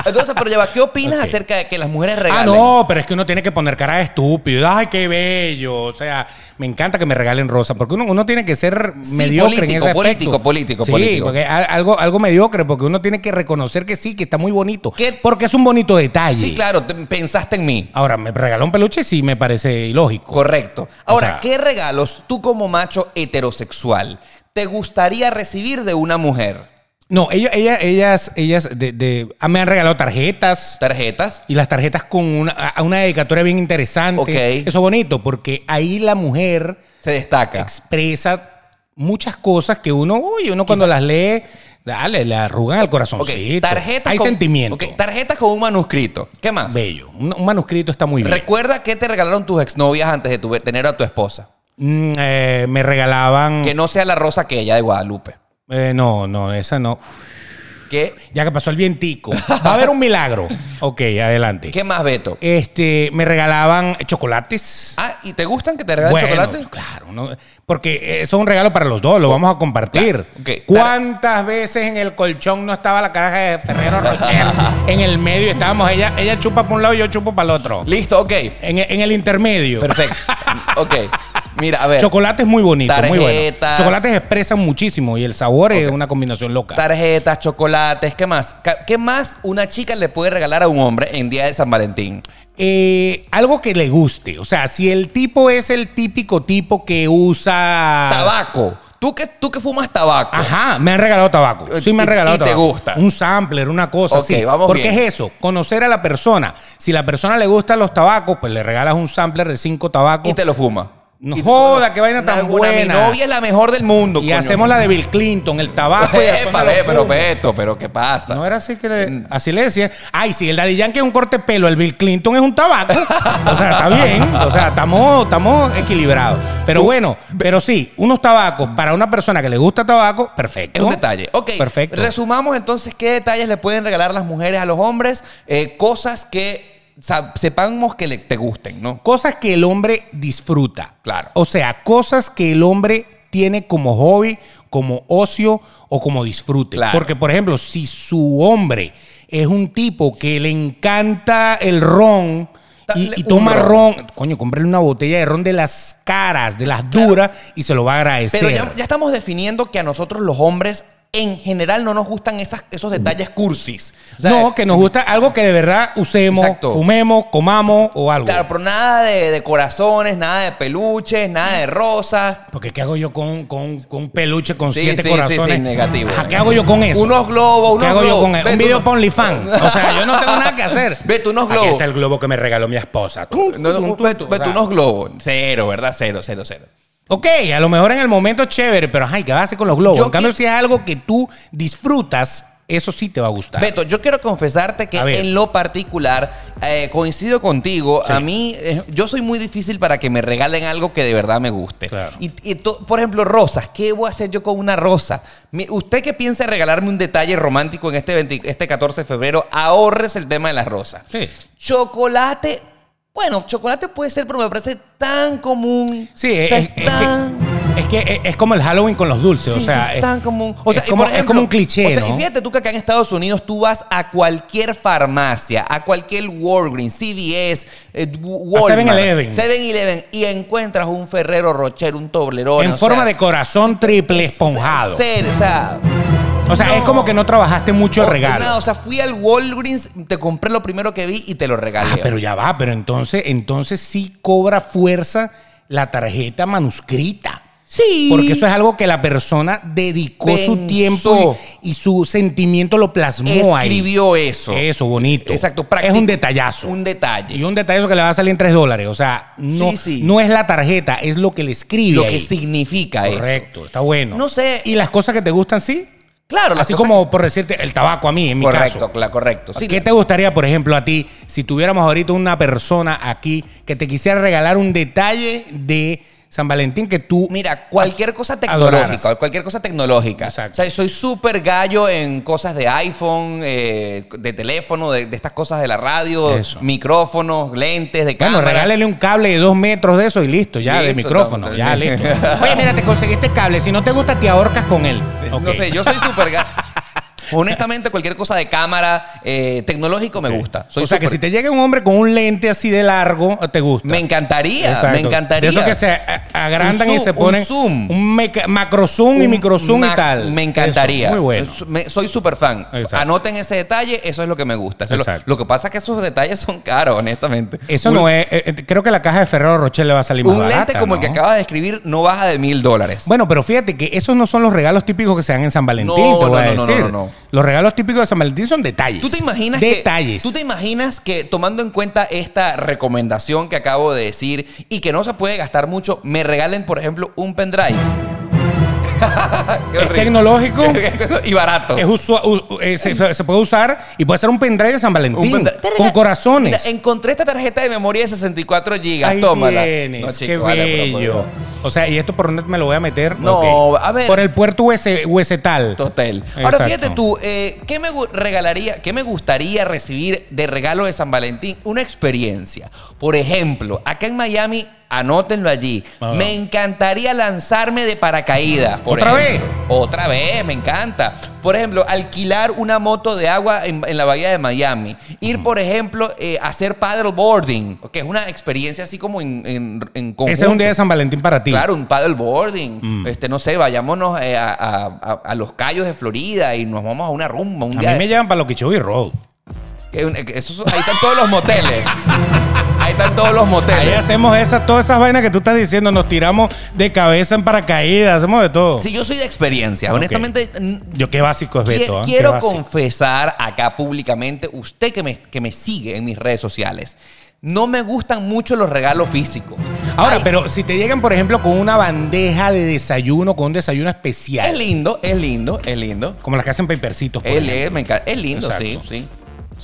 Entonces, pero ya va, ¿qué opinas Ok. acerca de que las mujeres Ah, regalen? no, pero es que uno tiene que poner cara de estúpido. Ay, qué bello. O sea, me encanta que me regalen rosa, porque uno, uno tiene que ser Sí, mediocre en político, ese político, aspecto. político, sí, político. porque a- algo, algo mediocre, porque uno tiene que reconocer que sí, que está muy bonito. ¿Qué? Porque es un bonito detalle. Sí, claro, te- pensaste en mí. Ahora, me regaló un peluche, sí, me parece ilógico. Correcto. Ahora, sea- ¿qué regalos tú como macho heterosexual te gustaría recibir de una mujer? no, ella- ella- ellas, ellas, de- de- ah, me han regalado tarjetas. ¿Tarjetas? Y las tarjetas con una, a- una dedicatoria bien interesante. Ok. Eso bonito, porque ahí la mujer Se destaca. expresa muchas cosas que uno, uy, uno cuando las lee, dale, le arrugan al Ok, corazoncito. tarjetas Hay con- sentimiento. ok, tarjetas con un manuscrito. ¿Qué más? Bello. Un, un manuscrito está muy bien. Recuerda qué te regalaron tus exnovias antes de tu- tener a tu esposa. Mm, eh, me regalaban. Que no sea la rosa que ella de Guadalupe. eh, no, no, esa no. Uf, ¿Qué, Ya que pasó el vientico. Va a haber un milagro. Ok, adelante. qué más, Beto? Este, me regalaban chocolates. Ah, ¿y te gustan que te regalen bueno, chocolate? Claro, ¿no? porque eso es un regalo para los dos, lo vamos a compartir. Claro, ok. ¿Cuántas veces en el colchón no estaba la caraja de Ferrero Rocher? en el medio estábamos, ella, ella chupa para un lado y yo chupo para el otro. Listo, ok. En, en el intermedio. Perfecto. ok. Mira, a ver. Chocolate es muy bonito, muy bueno. Tarjetas. Chocolates expresan muchísimo y el sabor es Ok. una combinación loca. Tarjetas, chocolates, ¿qué más? Ca- ¿Qué más una chica le puede regalar a un hombre en día de San Valentín? Eh, algo que le guste. O sea, si el tipo es el típico tipo que usa. Tabaco. Tú que tú que fumas tabaco. Ajá, me han regalado tabaco. Sí, me han Eh, Y- regalado y te tabaco. gusta. Un sampler, una cosa Ok, así. vamos Porque bien. es eso, conocer a la persona. Si la persona le gustan los tabacos, pues le regalas un sampler de cinco tabacos. Y te lo fuma. No Y- joda, qué vaina tan Una- una- Mi buena. novia es la mejor del mundo. y coño. hacemos la de Bill Clinton, el tabaco. y después Epa, me lo eh, pero Mm. fumo. Beto, pero ¿qué pasa? No era así que le, así le decían. Ay, si el Daddy Yankee es un corte de pelo, el Bill Clinton es un tabaco. O sea, está bien. O sea, estamos, estamos equilibrados. Uh, Pero bueno, pero sí, unos tabacos para una persona que le gusta tabaco, perfecto. Es un detalle. Ok. Perfecto. Resumamos entonces qué detalles le pueden regalar las mujeres a los hombres. eh, cosas que sa- sepamos que le- te gusten, ¿no? Cosas que el hombre disfruta. Claro. O sea, cosas que el hombre tiene como hobby, como ocio o como disfrute. Claro. Porque, por ejemplo, si su hombre es un tipo que le encanta el ron Ta- y, le- y toma un ron. ron. coño, cómprale una botella de ron de las caras, de las duras y se lo va a agradecer. Pero ya, ya estamos definiendo que a nosotros los hombres en general no nos gustan esas, esos detalles cursis. O sea, eh, no, que nos gusta algo que de verdad usemos, Exacto. fumemos, comamos o algo. Claro, pero nada de, de corazones, nada de peluches, nada de rosas. Porque ¿qué hago yo con, con- con un peluche con Sí, siete sí, sí, corazones? sí, negativo. eh. Ajá, ¿Qué hago yo con eso? Unos globos, unos ¿Qué hago yo globos? con eso? Vete Un video unos- para OnlyFans. O sea, yo no tengo nada que hacer. Vete unos Aquí globos. está el globo que me regaló mi esposa. Tum, tum, No, no, tum, tum, ve- tum. ve O tú sea, unos globos. Cero, ¿verdad? Cero, cero, cero. Ok, a lo mejor en el momento es chévere, pero ay, ¿qué vas a hacer con los globos? Yo en cambio, que- si es algo que tú disfrutas, eso sí te va a gustar. Beto, yo quiero confesarte que A ver. en lo particular eh, coincido contigo. Sí. A mí, eh, yo soy muy difícil para que me regalen algo que de verdad me guste. Claro. Y, y to- por ejemplo, rosas. ¿Qué voy a hacer yo con una rosa? Mi- ¿Usted que piensa regalarme un detalle romántico en este, 20 este 14 de febrero? Ahorres el tema de las rosas. Sí. Chocolate. Bueno, chocolate puede ser, pero me parece tan común. Sí, O es, sea, es que, tan- Es que es, es como el Halloween con los dulces. o Sí, sea, sí, es- están como un, o sea, es, y como, por es ejemplo, como un cliché. o sea, ¿no? Y fíjate tú que acá en Estados Unidos tú vas a cualquier farmacia, a cualquier Walgreens, CVS, eh, Walmart, 7-Eleven. 7-Eleven, y encuentras un Ferrero Rocher, un Toblerone. en o forma sea, de corazón triple esponjado. en serio, o sea, o sea, es no. como que no trabajaste mucho el o- regalo. nada, o sea, fui al Walgreens, te compré lo primero que vi y te lo regalé. Ah, pero ya va, pero entonces, entonces sí cobra fuerza la tarjeta manuscrita. sí. Porque eso es algo que la persona dedicó Pensó. su tiempo y, y su sentimiento lo plasmó ahí. escribió eso. Eso, bonito. Exacto, Es práctico. un detallazo. Un detalle. y un detallazo que le va a salir en 3 dólares. O sea, no, Sí, sí. no es la tarjeta, es lo que le escribe. lo ahí. que significa eso. Correcto, está bueno. No sé. ¿Y las cosas que te gustan, sí? Claro, las Así cosas- como por decirte, el tabaco a mí, en mi correcto, caso. cla- correcto. Sí, ¿Qué la- te gustaría, por ejemplo, a ti, si tuviéramos ahorita una persona aquí que te quisiera regalar un detalle de San Valentín que tú. Mira, cualquier cosa adoraras. tecnológica, cualquier cosa tecnológica. Exacto. O sea, soy súper gallo en cosas de iPhone, eh, de teléfono, de, de estas cosas de la radio, Eso. micrófonos, lentes, de cámara. Bueno, regálele un cable de dos metros de eso y listo, ya, de Listo, micrófono, estamos- ya, listo. Oye, mira, te conseguí este cable. Si no te gusta, te ahorcas con él. Ok. No sé, yo soy súper gallo. Honestamente, cualquier cosa de cámara, eh, tecnológico me gusta. Soy o sea, que súper- si te llega un hombre con un lente así de largo, te gusta. Me encantaría, Exacto. me encantaría. De esos que se a- agrandan Un y zoom, se un ponen. zoom. Un meca- macro zoom y un micro zoom y Mac- tal. Me encantaría. Eso, muy bueno. Eso- me- soy súper fan. Exacto. Anoten ese detalle, eso es lo que me gusta. Eso es lo- Exacto. Lo, que pasa es que esos detalles son caros, honestamente. Eso Un- no es. eh, eh, creo que la caja de Ferrero Rocher le va a salir más Un barata, lente como el que ¿no? acabas de escribir no baja de mil dólares. Bueno, pero fíjate que esos no son los regalos típicos que se dan en San Valentín, No, te voy no, a no, no, decir. no, no, no. Los regalos típicos de San Valentín son detalles. ¿Tú te imaginas detalles. que tú te imaginas que tomando en cuenta esta recomendación que acabo de decir y que no se puede gastar mucho, me regalen por ejemplo un pendrive? Qué Es horrible. tecnológico, y barato. es usua- u- eh, se, se puede usar y puede ser un pendrive de San Un Valentín pendrive. Te con rega- corazones. Mira, encontré esta tarjeta de memoria de 64 gigas. Ahí Tómala. tienes, No, chico, qué vale, pero por bello. favor. O sea, ¿y esto por dónde me lo voy a meter? No, Ok. a ver. Por el puerto US- USetal. Total. Exacto. Ahora fíjate tú, eh, ¿qué me gu- regalaría, qué me gustaría recibir de regalo de San Valentín? Una experiencia. Por ejemplo, acá en Miami, anótenlo allí. Ah. Me encantaría lanzarme de paracaídas. por ¿Otra ejemplo. Otra vez, me encanta. Por ejemplo, alquilar una moto de agua en, en la bahía de Miami. Ir, por ejemplo, eh, a hacer paddleboarding, que es una experiencia así como en, en, en Ese es un conjunto. día de San Valentín para ti. Claro, un paddleboarding. Mm. Este, no sé, vayámonos eh, a, a- a- a los callos de Florida y nos vamos a una rumba un a mí día. de- me llevan para Loquichobi Road. que un- eh, que esos son- ahí están todos los moteles. ahí están todos los Ahí moteles. hacemos esas, todas esas vainas que tú estás diciendo, nos tiramos de cabeza en paracaídas, hacemos de todo. Sí, yo soy de experiencia. Ok. Honestamente, n- Yo qué básico es quie- Beto. ¿eh? Qué quiero básico. confesar acá públicamente, usted que me, que me sigue en mis redes sociales, no me gustan mucho los regalos físicos. Ahora, Ay, pero si te llegan, por ejemplo, con una bandeja de desayuno, con un desayuno especial, Es lindo, es lindo, es lindo. como las que hacen papercitos. por Es, ejemplo. es- me encanta. es lindo, Exacto. sí, sí.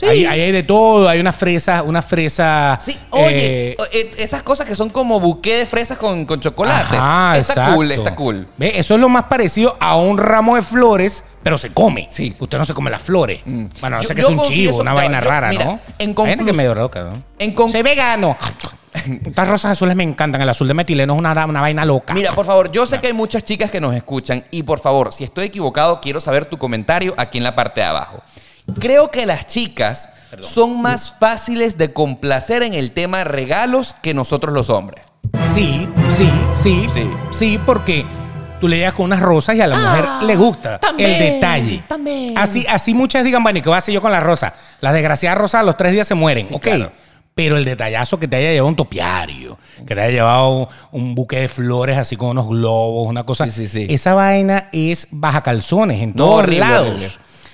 Ahí, ahí hay de todo, hay unas fresas, unas fresas. Sí, oye, eh, o- e- esas cosas que son como buqué de fresas con, con chocolate. ajá, está exacto. cool, está cool. Ve, Eso es lo más parecido a un ramo de flores, pero se come. Sí. Mm. Usted no se come las flores. Bueno, no Yo- sé que yo es un chivo, confieso- una vaina yo- rara, mira, ¿no? en Hay gente que conclus- medio loca, ¿no? en con- Soy vegano. Estas rosas azules me encantan. El azul de metileno es una, una vaina loca. Mira, por favor, yo sé que hay muchas chicas que nos escuchan y por favor, si estoy equivocado, quiero saber tu comentario aquí en la parte de abajo. Creo que las chicas son más fáciles de complacer en el tema de regalos que nosotros los hombres. Sí, sí, sí, sí, Sí. porque tú le llegas con unas rosas y a la Ah, mujer le gusta el detalle. Así, así muchas digan, bueno, ¿y qué voy a hacer yo con las rosas? Las desgraciadas rosas a los tres días se mueren, ok. claro. Pero el detallazo que te haya llevado un topiario, que te haya llevado un, un buque de flores así con unos globos, una cosa. Sí, sí, sí. Esa vaina es baja calzones en No, todos horrible, lados. horrible.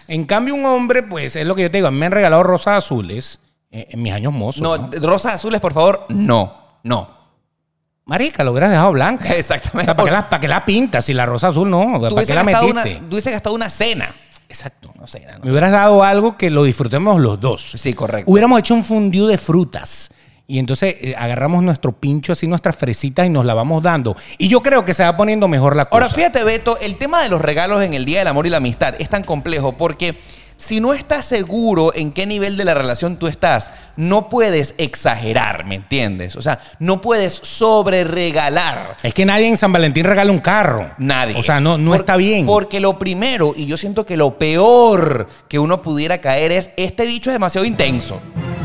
En cambio, un hombre, pues es lo que yo te digo, a mí me han regalado rosas azules eh, en mis años mozos. No, ¿no? rosas azules, por favor, no, no. Marica, lo hubieras dejado blanca. O Exactamente. sea, ¿para, qué la, ¿Para qué la pintas si la rosa azul no? Tú ¿Para qué hubieses la gastado metiste? una, tú hubieses gastado una cena. Exacto. No cena, ¿no? Me hubieras dado algo que lo disfrutemos los dos. Sí, correcto. Hubiéramos hecho un fundido de frutas. Y entonces eh, agarramos nuestro pincho así, nuestras fresitas y nos la vamos dando. Y yo creo que se va poniendo mejor la cosa. Ahora, fíjate, Beto, el tema de los regalos en el Día del Amor y la Amistad es tan complejo porque Si no estás seguro en qué nivel de la relación tú estás, no puedes exagerar, ¿me entiendes? O sea, no puedes sobre regalar. Es que nadie en San Valentín regala un carro. Nadie. O sea, no, no Por- está bien. Porque lo primero, y yo siento que lo peor que uno pudiera caer es, este bicho es demasiado intenso.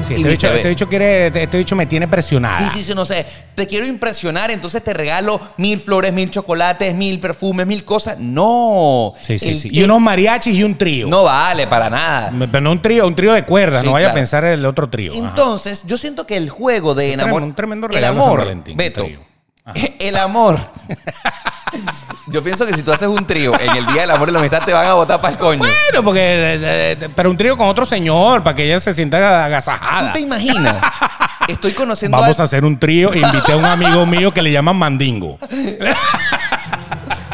Sí, Y este, bicho, viceversa. este bicho quiere, este bicho me tiene presionada. Sí, sí, sí, no sé. Te quiero impresionar, entonces te regalo mil flores, mil chocolates, mil perfumes, mil cosas. No. Sí, sí, El- sí. Y unos mariachis y un trío. No vale para nada. Pero no un trío, un trío de cuerdas. Sí, no vaya claro. a pensar en el otro trío. ¿ah? Ajá. Entonces, yo siento que el juego de tremendo- enamorar. un tremendo El regalo San amor. Valentín, un Beto. trío. El amor. Yo pienso que si tú haces un trío en el día del amor y la amistad te van a botar para el coño. Bueno, porque. de- de- de- pero un trío con otro señor, para que ella se sienta ¿Tú agasajada. te imaginas? Estoy conociendo Vamos a hacer un trío. Invité a un amigo mío que le llaman Mandingo.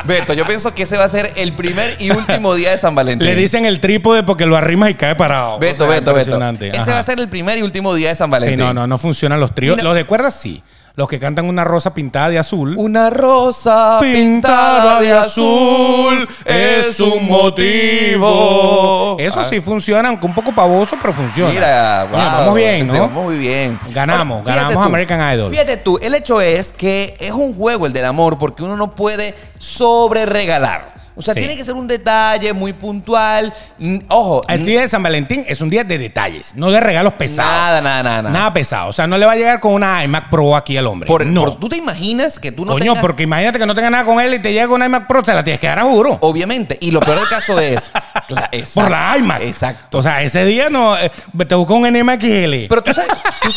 Beto, yo pienso que ese va a ser el primer y último día de San Valentín. Le dicen el trípode porque lo arrimas y cae parado. Beto, O sea, Beto, Beto. impresionante. Ese Ajá. va a ser el primer y último día de San Valentín. Sí, no, no, no funcionan los tríos. Una- Los de cuerdas sí. Los que cantan una rosa pintada de azul. Una rosa pintada de azul es un motivo. Eso Ah, sí funciona, aunque un poco pavoso, pero funciona. Mira, Mira, wow, vamos bien, sí, ¿no? Vamos muy bien. Ganamos, fíjate ganamos American Idol. Fíjate tú, el hecho es que es un juego el del amor porque uno no puede sobre regalar. O sea, Sí. tiene que ser un detalle muy puntual. Mm, Ojo, El día de San Valentín es un día de detalles, no de regalos pesados. nada, nada, nada. nada. Nada pesado. O sea, no le va a llegar con una iMac Pro aquí al hombre. Por- no. por- ¿Tú te imaginas que tú no Coño, tengas- porque imagínate que no tenga nada con él y te llega una iMac Pro, se la tienes que dar a juro. Obviamente. Y lo peor del caso es... Cla- exacto, por la iMac. Exacto. O sea, ese día no. eh, te busco un NMXL. Pero tú sabes, tú,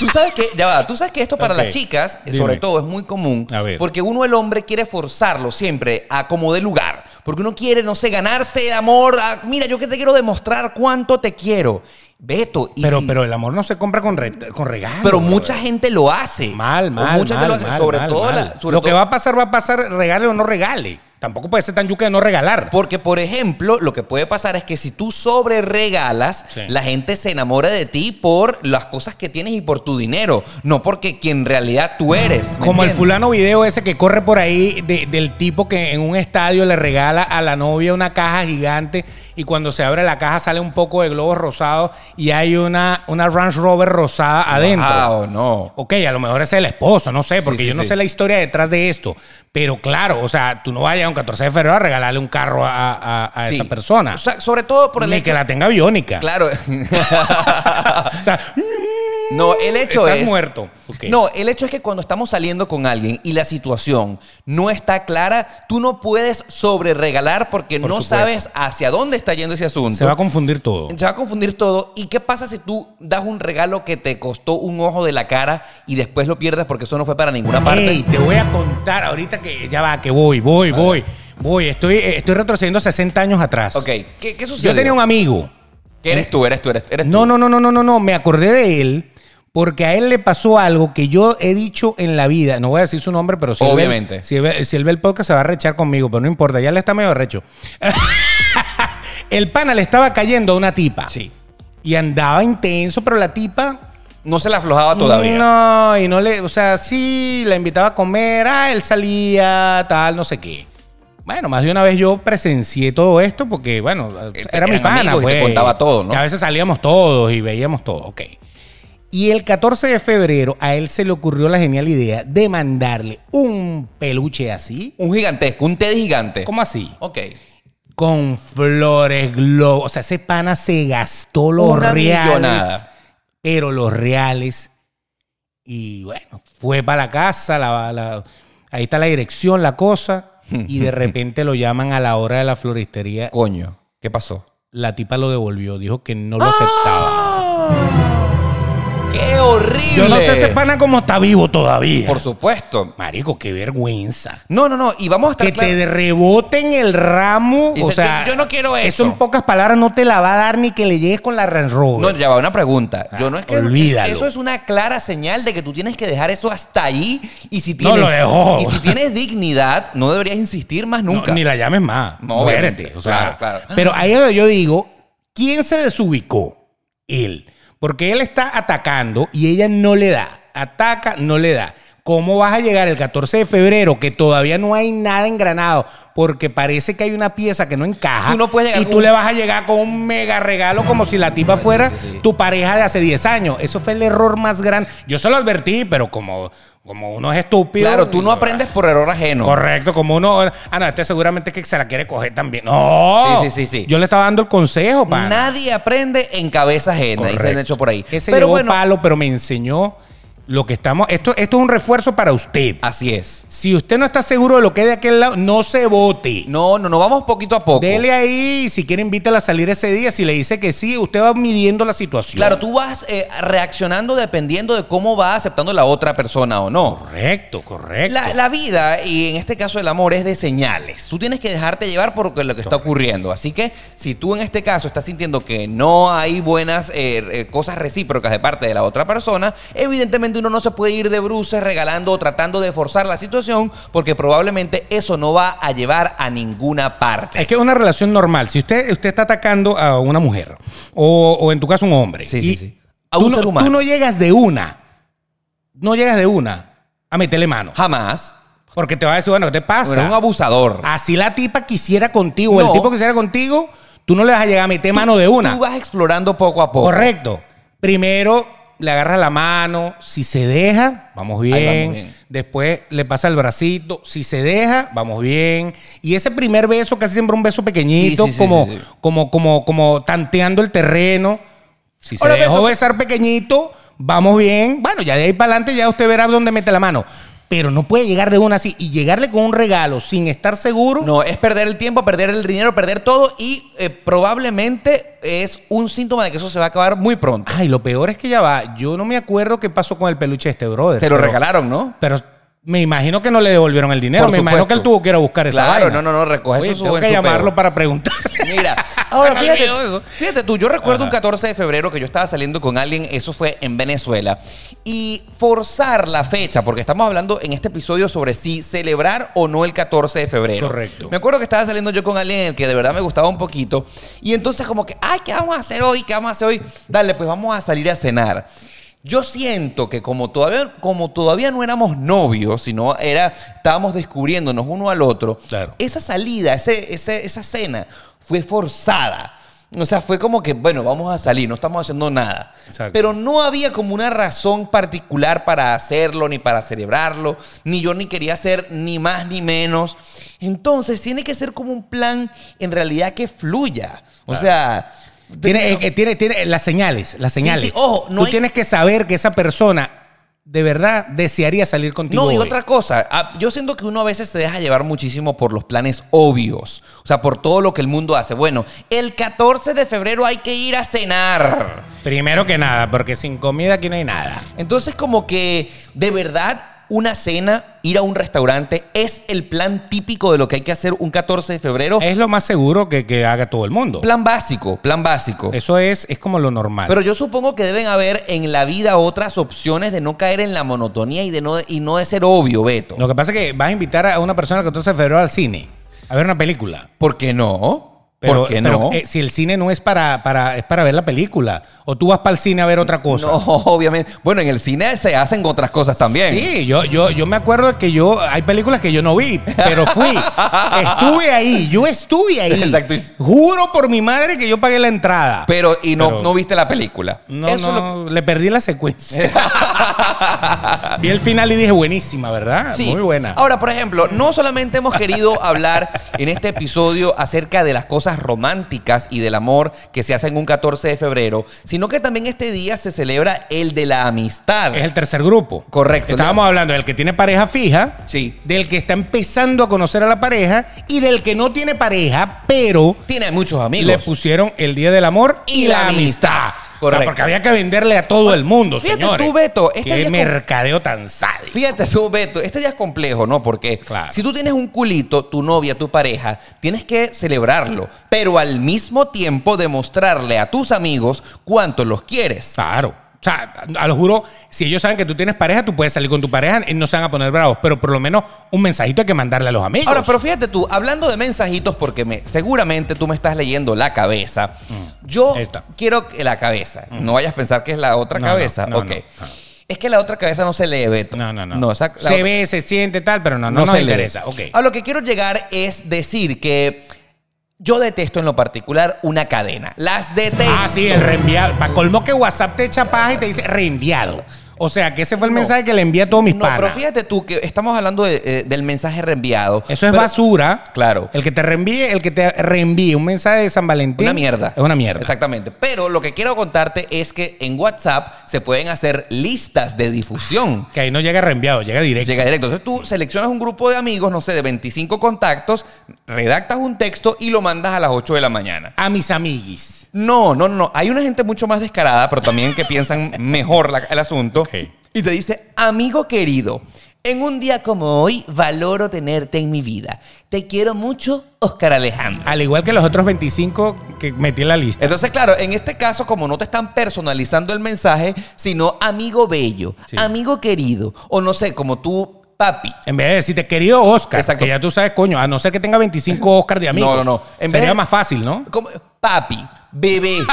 tú sabes que, ya va, tú sabes que esto para Ok. las chicas, eh, Dime. sobre todo, es muy común. A ver. Porque uno, el hombre, quiere forzarlo siempre a como de lugar. Porque uno quiere, no sé, ganarse amor. a, mira, yo que te quiero demostrar cuánto te quiero. Beto, y Pero, si- pero el amor no se compra con, re- con regalos. pero brother. mucha gente lo hace. Mal, mal. Mucha gente mal, lo hace, mal, sobre mal, todo. mal. la- sobre lo que todo- va a pasar, va a pasar, regale o no regale. Tampoco puede ser tan yuca de no regalar. Porque, por ejemplo, lo que puede pasar es que si tú sobre regalas, Sí. la gente se enamora de ti por las cosas que tienes y por tu dinero, no porque quien en realidad tú eres. ¿me Como el entiendes? fulano video ese que corre por ahí de- del tipo que en un estadio le regala a la novia una caja gigante y cuando se abre la caja sale un poco de globos rosados y hay una, una Range Rover rosada adentro. Ah, o no. Ok, a lo mejor ese es el esposo, no sé, porque sí, yo no sí. sé la historia detrás de esto. Pero claro, o sea, tú no vayas a un 14 de febrero a regalarle un carro a, a- a Sí. esa persona. O sea, sobre todo por el Ni hecho. que la tenga biónica. Claro. O sea, No, el hecho Estás es. muerto. Ok. No, el hecho es que cuando estamos saliendo con alguien y la situación no está clara, tú no puedes sobre regalar porque Por no supuesto. sabes hacia dónde está yendo ese asunto. se va a confundir todo. Se va a confundir todo. ¿Y qué pasa si tú das un regalo que te costó un ojo de la cara y después lo pierdes porque eso no fue para ninguna parte? Ey, te voy a contar ahorita que ya va, que voy, voy, voy, voy. Estoy, eh, estoy retrocediendo 60 años atrás. Ok, ¿qué, qué sucedió? Yo tenía un amigo. ¿Qué eres tú? ¿Eres tú? ¿Eres, eres No, tú? no, no, no, no, no, no. Me acordé de él porque a él le pasó algo que yo he dicho en la vida. No voy a decir su nombre, pero si él ve- Obviamente. si, él ve, si él ve el podcast se va a rechar conmigo, pero no importa, ya le está medio recho. el pana le estaba cayendo a una tipa. Sí. Y andaba intenso, pero la tipa No se la aflojaba todavía. no, y no le, o sea, sí, la invitaba a comer, ah, él salía, tal, no sé qué. Bueno, más de una vez yo presencié todo esto porque, bueno, Eh, era mi eran pana, amigos y te pues. contaba todo, ¿no? Y a veces salíamos todos y veíamos todo, ok. Y el 14 de febrero a él se le ocurrió la genial idea de mandarle un peluche así. Un gigantesco, un Teddy gigante. ¿Cómo así? Ok. Con flores, globos. O sea, ese pana se gastó los Una reales. millonada. Pero los reales. Y bueno, fue para la casa. la- la- ahí está la dirección, la cosa. Y de repente lo llaman a la hora de la floristería. Coño, ¿qué pasó? La tipa lo devolvió. Dijo que no lo aceptaba. ¡Ah! ¡Qué horrible! Yo no sé ese pana cómo está vivo todavía. Por supuesto. Marico, qué vergüenza. No, no, no. Y vamos a estar Que claro- te reboten el ramo. Dice, o sea, yo- yo no quiero eso. en pocas palabras no te la va a dar ni que le llegues con la Range Rover. No, ya va, una pregunta. Yo no es que. Ah, olvídalo. Eso es una clara señal de que tú tienes que dejar eso hasta ahí. Y si No, tienes. lo dejó. Y si tienes dignidad, no deberías insistir más No, nunca. ni la llames más. No, Muérete. obviamente. O sea, Claro, claro. Pero ahí es donde yo digo, ¿quién se desubicó? Él. Porque él está atacando y ella no le da. Ataca, no le da. ¿Cómo vas a llegar el 14 de febrero que todavía no hay nada engranado? Porque parece que hay una pieza que no encaja. Tú no puedes y llegar tú con- le vas a llegar con un mega regalo como si la tipa fuera sí, sí. tu pareja de hace 10 años. Eso fue el error más grande. Yo se lo advertí, pero como, como uno es estúpido. Claro, tú no aprendes por error ajeno. Correcto, como uno. Ah, no, este seguramente que se la quiere coger también. No. Sí, sí, sí, sí. Yo le estaba dando el consejo, pana. Nadie aprende en cabeza ajena, dice Correcto. el hecho por ahí. Ese Pero llevó bueno, palo, pero me enseñó lo que estamos. Esto, esto es un refuerzo para usted. así es. Si usted no está seguro de lo que es de aquel lado, no se vote. No, no, no, vamos poquito a poco. Dele ahí, si quiere, invítela a salir ese día. Si le dice que sí, usted va midiendo la situación. Claro, tú vas eh, reaccionando dependiendo de cómo va aceptando la otra persona o no. Correcto, correcto. La, la vida, y en este caso el amor, es de señales. Tú tienes que dejarte llevar por lo que- lo que está ocurriendo. Así que si tú en este caso estás sintiendo que no hay buenas eh, eh, cosas recíprocas de parte de la otra persona, evidentemente uno no se puede ir de bruces regalando o tratando de forzar la situación porque probablemente eso no va a llevar a ninguna parte. Es que es una relación normal. Si usted, usted está atacando a una mujer, o, o en tu caso un hombre, Sí, y sí, sí. A tú un no- ser humano. tú no llegas de una, no llegas de una a meterle mano. Jamás. Porque te va a decir, bueno, ¿qué te pasa? Bueno, es un abusador. Así la tipa quisiera contigo, No. el tipo quisiera contigo, tú no le vas a llegar a meter mano de una. Tú vas explorando poco a poco. Correcto. Primero le agarras la mano, si se deja, vamos bien. Ahí vamos bien. Después le pasa el bracito, si se deja, vamos bien. Y ese primer beso, casi siempre un beso pequeñito, Sí, sí, sí, como, sí, sí. como, como, como tanteando el terreno. Si se Ahora, dejó Beto- besar pequeñito, vamos bien. Bueno, ya de ahí para adelante ya usted verá dónde mete la mano. Pero no puede llegar de una así y llegarle con un regalo sin estar seguro. No, es perder el tiempo, perder el dinero, perder todo y eh, probablemente es un síntoma de que eso se va a acabar muy pronto. Ay, lo peor es que ya va. Yo no me acuerdo qué pasó con el peluche este, brother. Se lo pero- regalaron, ¿no? Pero me imagino que no le devolvieron el dinero. Por me imagino supuesto. que él tuvo que ir a buscar esa Claro, no, vaina. no, no, recoge Oye, eso, Tengo sube que en su llamarlo peo. para preguntarle. Mira, Se ahora me fíjate, olvidó eso. fíjate tú, yo recuerdo un Ajá. 14 de febrero que yo estaba saliendo con alguien, eso fue en Venezuela, y forzar la fecha, porque estamos hablando en este episodio sobre si celebrar o no el 14 de febrero. Correcto. Me acuerdo que estaba saliendo yo con alguien en el que de verdad me gustaba un poquito, y entonces como que, ay, ¿qué vamos a hacer hoy? ¿Qué vamos a hacer hoy? Dale, pues vamos a salir a cenar. Yo siento que como todavía, como todavía no éramos novios, sino era, estábamos descubriéndonos uno al otro, Claro. esa salida, ese, ese- esa cena fue forzada. O sea, fue como que, bueno, vamos a salir, no estamos haciendo nada. Exacto. Pero no había como una razón particular para hacerlo, ni para celebrarlo, ni yo ni quería hacer ni más ni menos. Entonces, tiene que ser como un plan en realidad que fluya. O sea... Tiene, eh, eh, tiene, tiene las señales, las Sí, señales. sí, ojo, no Tú hay- tienes que saber que esa persona de verdad desearía salir contigo. No, y hoy. otra cosa, ah, yo siento que uno a veces se deja llevar muchísimo por los planes obvios, o sea, por todo lo que el mundo hace. Bueno, el 14 de febrero hay que ir a cenar. Primero que nada, porque sin comida aquí no hay nada. Entonces, como que de verdad, una cena, ir a un restaurante, es el plan típico de lo que hay que hacer un 14 de febrero. Es lo más seguro que, que haga todo el mundo. Plan básico, plan básico. Eso es, es como lo normal. Pero yo supongo que deben haber en la vida otras opciones de no caer en la monotonía y de no, y no de ser obvio, Beto. Lo que pasa es que vas a invitar a una persona el 14 de febrero al cine a ver una película. ¿Por qué no? Pero, ¿Por qué pero, no? eh, si el cine no es para, para, es para ver la película. O tú vas para el cine a ver otra cosa. No, obviamente. Bueno, en el cine se hacen otras cosas también. Sí, yo, yo, yo me acuerdo que yo. Hay películas que yo no vi, pero fui. estuve ahí, yo estuve ahí. Exacto. Juro por mi madre que yo pagué la entrada. Pero, y no, Pero- no viste la película. no, Eso es lo- no, le perdí la secuencia. vi el final y dije, buenísima, ¿verdad? Sí. Ah, Muy buena. Ahora, por ejemplo, no solamente hemos querido hablar en este episodio acerca de las cosas románticas y del amor que se hacen un 14 de febrero, sino que también este día se celebra el de la amistad. es el tercer grupo. Correcto. Estábamos hablando del que tiene pareja fija, Sí. del que está empezando a conocer a la pareja y del que no tiene pareja, pero Tiene muchos le amigos. pusieron el Día del Amor y, Y la, la amistad. amistad. O sea, Correcto. porque había que venderle a todo el mundo, Fíjate señores. tú, Beto, este día Qué es como- mercadeo tan sádico. Fíjate tú, Beto, este día es complejo, ¿no? Porque Claro. si tú tienes un culito, tu novia, tu pareja, tienes que celebrarlo, pero al mismo tiempo demostrarle a tus amigos cuánto los quieres. Claro. O sea, a lo juro, si ellos saben que tú tienes pareja, tú puedes salir con tu pareja y no se van a poner bravos. Pero por lo menos un mensajito hay que mandarle a los amigos. Ahora, pero fíjate tú, hablando de mensajitos, porque me, seguramente tú me estás leyendo la cabeza. Yo Esta. quiero que la cabeza. No vayas a pensar que es la otra Mm. No, cabeza. no, no, ok. no, no. Es que la otra cabeza no se lee, Beto. No, no, no. esa- la se otra- ve, se siente tal, pero no, no, no nos se lee. interesa. Ok. A lo que quiero llegar es decir que yo detesto en lo particular una cadena. Las detesto. Ah, sí, el reenviado. Pa' colmo que WhatsApp te echa paja y te dice reenviado. O sea, que ese fue el No. mensaje que le envía a todos mis No, panas. pero fíjate tú que estamos hablando de, eh, del mensaje reenviado. Eso es Pero- basura. Claro. El que te reenvíe, el que te reenvíe un mensaje de San Valentín. Una mierda. Es una mierda. Exactamente. Pero lo que quiero contarte es que en WhatsApp se pueden hacer listas de difusión. Que ahí no llega reenviado, llega directo. Llega directo. Entonces tú seleccionas un grupo de amigos, no sé, de 25 contactos, redactas un texto y lo mandas a las 8 de la mañana. A mis amiguis. No, no, no. Hay una gente mucho más descarada, pero también que piensan mejor la- el asunto. Ok. Y te dice, amigo querido, en un día como hoy valoro tenerte en mi vida. Te quiero mucho, Oscar Alejandro. Al igual que los otros 25 que metí en la lista. Entonces, claro, en este caso, como no te están personalizando el mensaje, sino amigo bello, Sí. amigo querido, o no sé, como tú, papi. En vez de decirte, querido Oscar, Exacto. que ya tú sabes, coño, a no ser que tenga 25 Oscar de amigos. No, no, no. En vez Sería de- más fácil, ¿no? Como, papi, bebé.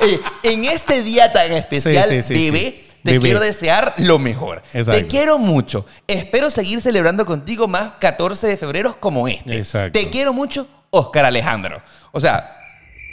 Eh, en este día tan especial, Sí, sí, sí, bebé, sí. te Bebé. quiero desear lo mejor. Exacto. Te quiero mucho. Espero seguir celebrando contigo más 14 de febrero como este. Exacto. Te quiero mucho, Oscar Alejandro. O sea,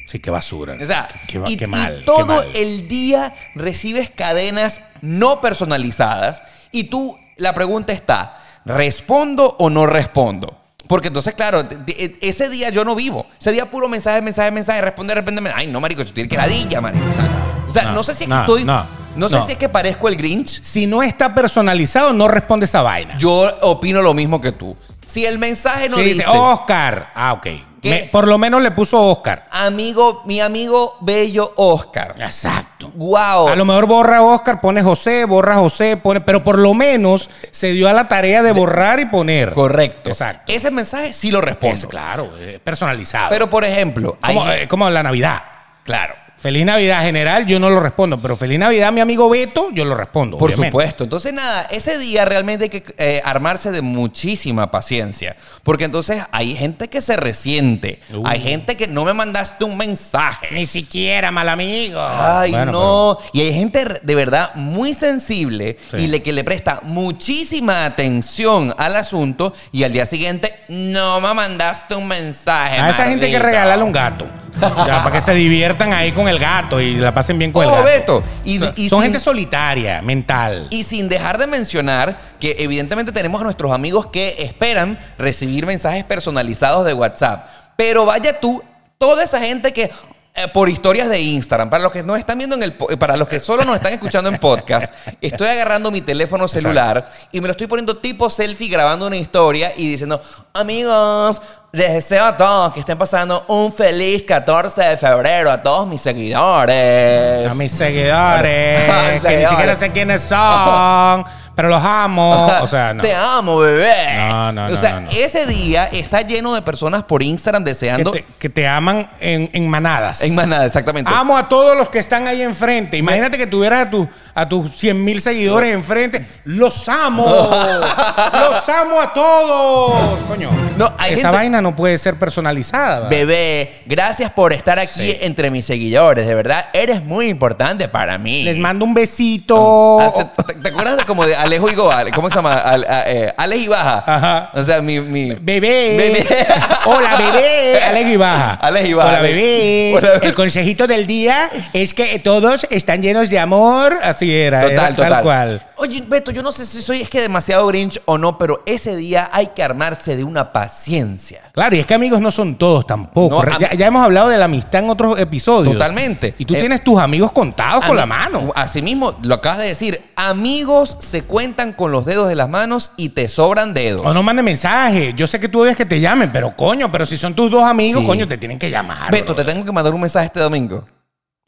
Sí, qué basura. O sea, qué, qué- y, qué y mal. qué todo mal. el día recibes cadenas no personalizadas y tú, la pregunta está, ¿respondo o no respondo? Porque entonces, claro, te- te- ese día yo no vivo. Ese día puro mensaje, mensaje, mensaje, responde, responde, men- ay, no, marico, tú tienes que ladilla, marico. O sea, o sea, No, no, sé si es no, que estoy, no, no, sé no. si es que parezco el Grinch. Si no está personalizado, no responde esa vaina. Yo opino lo mismo que tú. Si el mensaje no Sí, dice, dice Oscar. Ah, ok. ¿Qué? Me- por lo menos le puso Oscar. amigo, mi amigo bello Oscar. Exacto. Wow. A lo mejor borra Oscar, pone José, borra José, pone. Pero por lo menos se dio a la tarea de borrar y poner. Correcto. Exacto. Ese mensaje sí lo respondo. Es, claro, es personalizado. Pero, por ejemplo, hay como, gente- eh, como la Navidad. claro. Feliz Navidad general, yo no lo respondo. Pero feliz Navidad, mi amigo Beto, yo lo respondo. Por obviamente. supuesto. Entonces, nada, ese día realmente hay que eh, armarse de muchísima paciencia. Porque entonces hay gente que se resiente. Uh. Hay gente que no me mandaste un mensaje. Ni siquiera, mal amigo. Ay, Bueno, no. Y hay gente re- de verdad muy sensible Sí. y le, que le presta muchísima atención al asunto y al día siguiente, no me mandaste un mensaje. A esa gente hay que maldito". regalarle un gato. O sea, para que se diviertan ahí con el gato y la pasen bien con el Ojo, gato. Beto. Y, y Son sin- gente solitaria, mental. Y sin dejar de mencionar que evidentemente tenemos a nuestros amigos que esperan recibir mensajes personalizados de WhatsApp. Pero vaya tú, toda esa gente que eh, por historias de Instagram, para los que no están viendo en el po- eh, para los que solo nos están escuchando en podcast, estoy agarrando mi teléfono celular y me lo estoy poniendo tipo selfie grabando una historia y diciendo, "Amigos, les deseo a todos que estén pasando un feliz 14 de febrero a todos mis seguidores." a mis seguidores, A mis que ni seguidores. siquiera sé quiénes son, pero los amo. O sea, no. Te amo, bebé. No, no, no, O sea, no, no. ese día está lleno de personas por Instagram Que deseando. te, que te aman en, en manadas. En más nada, exactamente. Amo a todos los que están ahí enfrente. Imagínate que tuvieras a, tu- a tus 100 mil seguidores enfrente. ¡Los amo! ¡Los amo a todos! Coño. No, hay Esa gente- vaina no puede ser personalizada. ¿verdad? Bebé, gracias por estar aquí Sí. entre mis seguidores. De verdad, eres muy importante para mí. Les Oh, mando un besito. Hasta- ¿Te, te acuerdas de como de Alejo y Goa? ¿Cómo se llama? Al- a- eh, Alex y Baja. Ajá. O sea, mi. mi- Bebé. Bebé. Hola, bebé. Alex y baja. Alex Ibaja. Hola, bebé. Hola, bebé. El consejito del día es que todos están llenos de amor. Así era. Total, era total. Tal cual. Oye, Beto, yo no sé si soy es que demasiado grinch o no, pero ese día hay que armarse de una paciencia. Claro, y es que amigos no son todos tampoco. No, am- ya, ya hemos hablado de la amistad en otros episodios. Totalmente. Y tú Eh, tienes tus amigos contados con la mano. Así mismo, lo acabas de decir. Amigos se cuentan con los dedos de las manos y te sobran dedos. O no mande mensaje. Yo sé que tú odias que te llamen, pero coño, pero si son tus dos amigos, Sí. coño, te tienen que llamar. Beto, te brother. tengo que mandar un mensaje este domingo.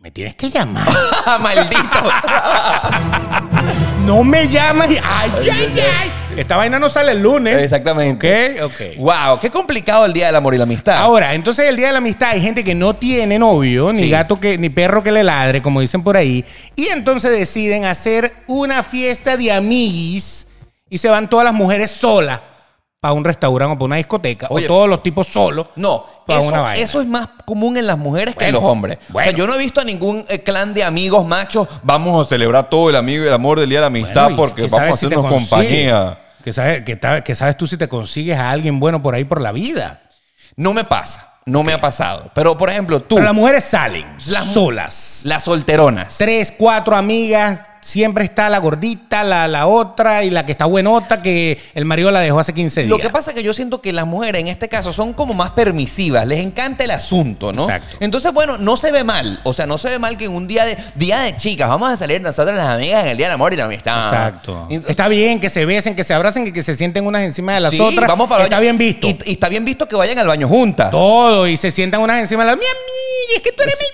Ah, Me tienes que llamar. ¡Maldito! no me llamas. y- Ay, ay, ay. Esta vaina no sale el lunes. Exactamente. Ok, ok. Wow, qué complicado el Día del Amor y la Amistad. Ahora, entonces el día de la amistad hay gente que no tiene novio, ni Sí. gato que, ni perro que le ladre, como dicen por ahí, y entonces deciden hacer una fiesta de amiguis y se van todas las mujeres solas para un restaurante o para una discoteca, Oye, o todos los tipos solos. No, Para una eso, vaina. eso es más común en las mujeres que en Bueno, los hombres. O sea, bueno. yo no he visto a ningún eh, clan de amigos machos. Vamos a celebrar todo el amigo y el amor del día de la amistad Bueno, y porque que vamos a sabes si te hacernos consigues. compañía. Que sabes, que, ta- que sabes tú si te consigues a alguien bueno por ahí por la vida. No me pasa, no me ha pasado. Pero, por ejemplo, tú, Pero las mujeres salen Las mu- solas. las solteronas. Tres, cuatro amigas. Siempre está la gordita, la, la otra y la que está buenota que el marido la dejó hace 15 días. Lo que pasa es que yo siento que las mujeres en este caso son como más permisivas, les encanta el asunto, ¿no? Exacto. Entonces, bueno, no se ve mal, o sea, no se ve mal que en un día de día de chicas vamos a salir nosotras las amigas en el día del amor y la amistad. Exacto. Ah. Y- Está bien que se besen, que se abracen y que se sienten unas encima de las Sí, otras. vamos para el está baño. bien visto. Y, y está bien visto que vayan al baño juntas. Todo y se sientan unas encima de las. Mi amiga, es que tú eres mi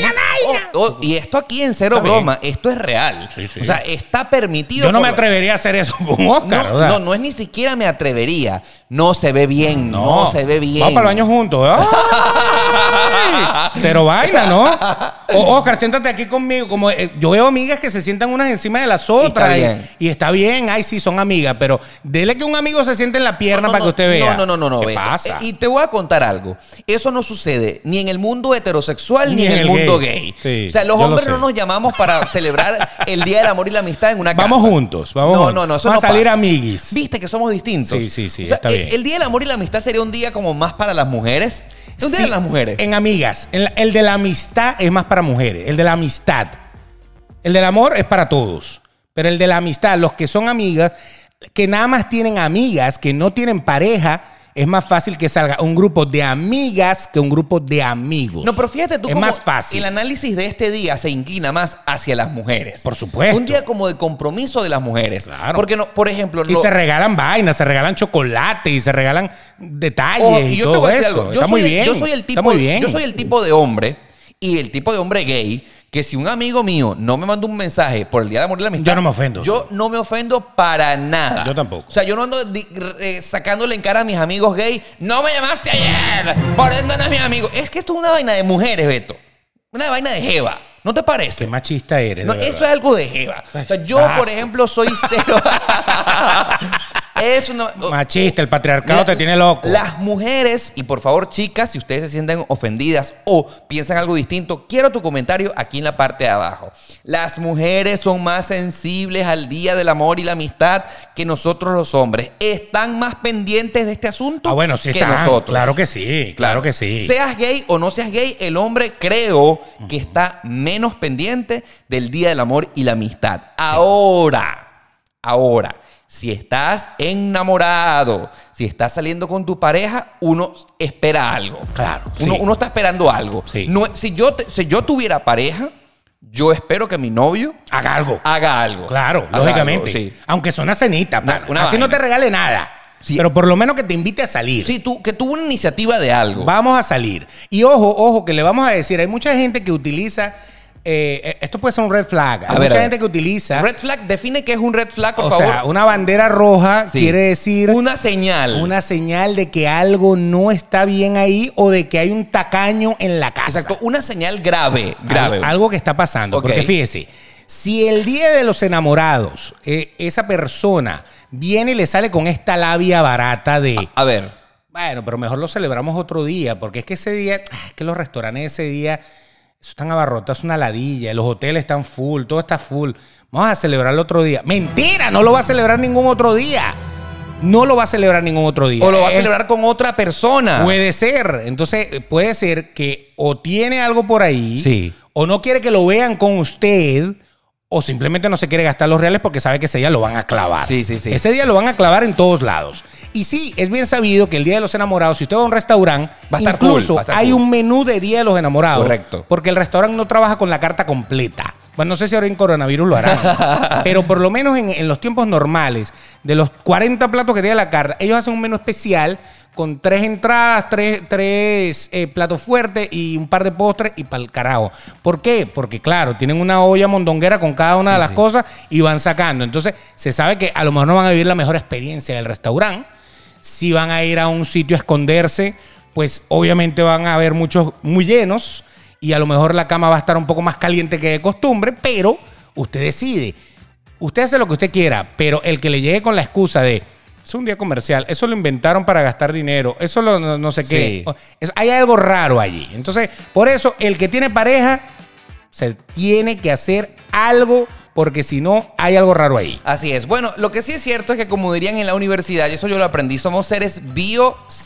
vida, la Oh, vaina. oh, y esto aquí en cero Está broma, esto es real. Sí, sí. O sea, está permitido. Yo no por me la- atrevería a hacer eso con Oscar. No, o sea. no, no es ni siquiera me atrevería. No se ve bien, no, se ve bien. Ah, Vamos para el baño juntos. ¿eh? ¡Ay! Cero vaina, ¿no? O- Oscar, siéntate aquí conmigo. Como, eh, yo veo amigas que se sientan unas encima de las otras. bien. y está bien. Ay, sí, son amigas. Pero dele que un amigo se siente en la pierna para que usted vea. No, no, no, no. ¿Qué Beto. pasa? Eh, Y te voy a contar algo. Eso no sucede ni en el mundo heterosexual ni, en el, mundo gay. Sí, o sea, los yo lo hombres sé. no nos llamamos para celebrar el Día del Amor y la Amistad en una casa. Vamos juntos, vamos No, juntos. no, no. Eso Vamos no a salir pasa. amiguis. Viste que somos distintos. Sí, sí, sí, O sea, está eh, bien. El Día del Amor y la Amistad sería un día como más para las mujeres. Es un día Sí, de las mujeres. En amigas. En la- el de la amistad es más para mujeres. El de la amistad. El del amor es para todos. Pero el de la amistad, los que son amigas, que nada más tienen amigas, que no tienen pareja, es más fácil que salga un grupo de amigas que un grupo de amigos. No, pero fíjate tú Es cómo más fácil. el análisis de este día se inclina más hacia las mujeres. Por supuesto. Un día como de compromiso de las mujeres. Claro. Porque, no, por ejemplo, Y no- se regalan vainas, se regalan chocolate y se regalan detalles. Ojo, y, y yo todo te voy a decir eso. algo. Yo Está soy, muy el- bien. yo soy el tipo, Está muy bien. Yo soy el tipo de hombre y el tipo de hombre gay que si un amigo mío no me manda un mensaje por el Día de Amor y la Amistad... Yo no me ofendo. Yo no me ofendo para nada. Yo tampoco. O sea, yo no ando di- re- sacándole en cara a mis amigos gay. ¡No me llamaste ayer! ¡Por eso no eres mi amigo! Es que esto es una vaina de mujeres, Beto. Una vaina de jeva. ¿No te parece? Qué machista eres. No, de eso verdad. es algo de jeva. O sea, yo, Asco. por ejemplo, soy cero. eso no. Machista, el patriarcado te tiene loco. Las mujeres, y por favor, chicas, si ustedes se sienten ofendidas o piensan algo distinto, quiero tu comentario aquí en la parte de abajo. Las mujeres son más sensibles al día del amor y la amistad que nosotros los hombres. Están más pendientes de este asunto Ah, bueno, sí que está. nosotros. Claro que sí, claro que sí. Seas gay o no seas gay, el hombre creo que está menos pendiente del Día del Amor y la Amistad. Ahora, ahora, si estás enamorado, si estás saliendo con tu pareja, uno espera algo. Claro, Uno, sí. uno está esperando algo. Sí. No, si, yo te- si yo tuviera pareja, yo espero que mi novio Haga algo. haga algo. Claro, Ah, Haga lógicamente. algo, sí. Aunque son una cenita, Una- pana. una así vaina. no te regale nada. Sí. Pero por lo menos que te invite a salir. Sí, tú, que tuvo una iniciativa de algo. Vamos a salir. Y ojo, ojo, que le vamos a decir, hay mucha gente que utiliza, eh, esto puede ser un red flag, hay A mucha ver, a ver. gente que utiliza, Red flag, define qué es un red flag, por o favor. sea, una bandera roja Sí. quiere decir Una señal. una señal de que algo no está bien ahí o de que hay un tacaño en la casa. Exacto, una señal grave, grave. Algo, algo que está pasando. Ok. Porque fíjese, si el día de los enamorados, eh, esa persona viene y le sale con esta labia barata de. A ver, Bueno, pero mejor lo celebramos otro día, porque es que ese día, ah, es que los restaurantes ese día eso están abarrotados, es una ladilla, los hoteles están full, todo está full. Vamos a celebrarlo otro día. Mentira, no lo va a celebrar ningún otro día. No lo va a celebrar ningún otro día. o lo va a Es- celebrar con otra persona. Puede ser. Entonces, eh, puede ser que o tiene algo por ahí, Sí. o no quiere que lo vean con usted, o simplemente no se quiere gastar los reales porque sabe que ese día lo van a clavar. Sí, sí, sí. Ese día lo van a clavar en todos lados. Y sí, es bien sabido que el Día de los Enamorados, si usted va a un restaurante, Va a estar incluso full, va a estar hay full. un menú de Día de los Enamorados. Correcto. Porque el restaurante no trabaja con la carta completa. Bueno, no sé si ahora en coronavirus lo harán. pero por lo menos en, en los tiempos normales, de los 40 platos que tiene la carta, ellos hacen un menú especial con tres entradas, tres, tres eh, platos fuertes y un par de postres y pa'l carajo. ¿Por qué? Porque claro, tienen una olla mondonguera con cada una de Sí, las sí. cosas y van sacando. Entonces se sabe que a lo mejor no van a vivir la mejor experiencia del restaurante si van a ir a un sitio a esconderse, pues obviamente van a haber muchos muy llenos y a lo mejor la cama va a estar un poco más caliente que de costumbre, pero usted decide. Usted hace lo que usted quiera, pero el que le llegue con la excusa de, Es un día comercial. Eso lo inventaron para gastar dinero. Eso lo no, no sé qué. Sí. Es- hay algo raro allí. Entonces, por eso, el que tiene pareja se tiene que hacer algo porque si no, hay algo raro ahí. Así es. Bueno, lo que sí es cierto es que como dirían en la universidad, y eso yo lo aprendí, somos seres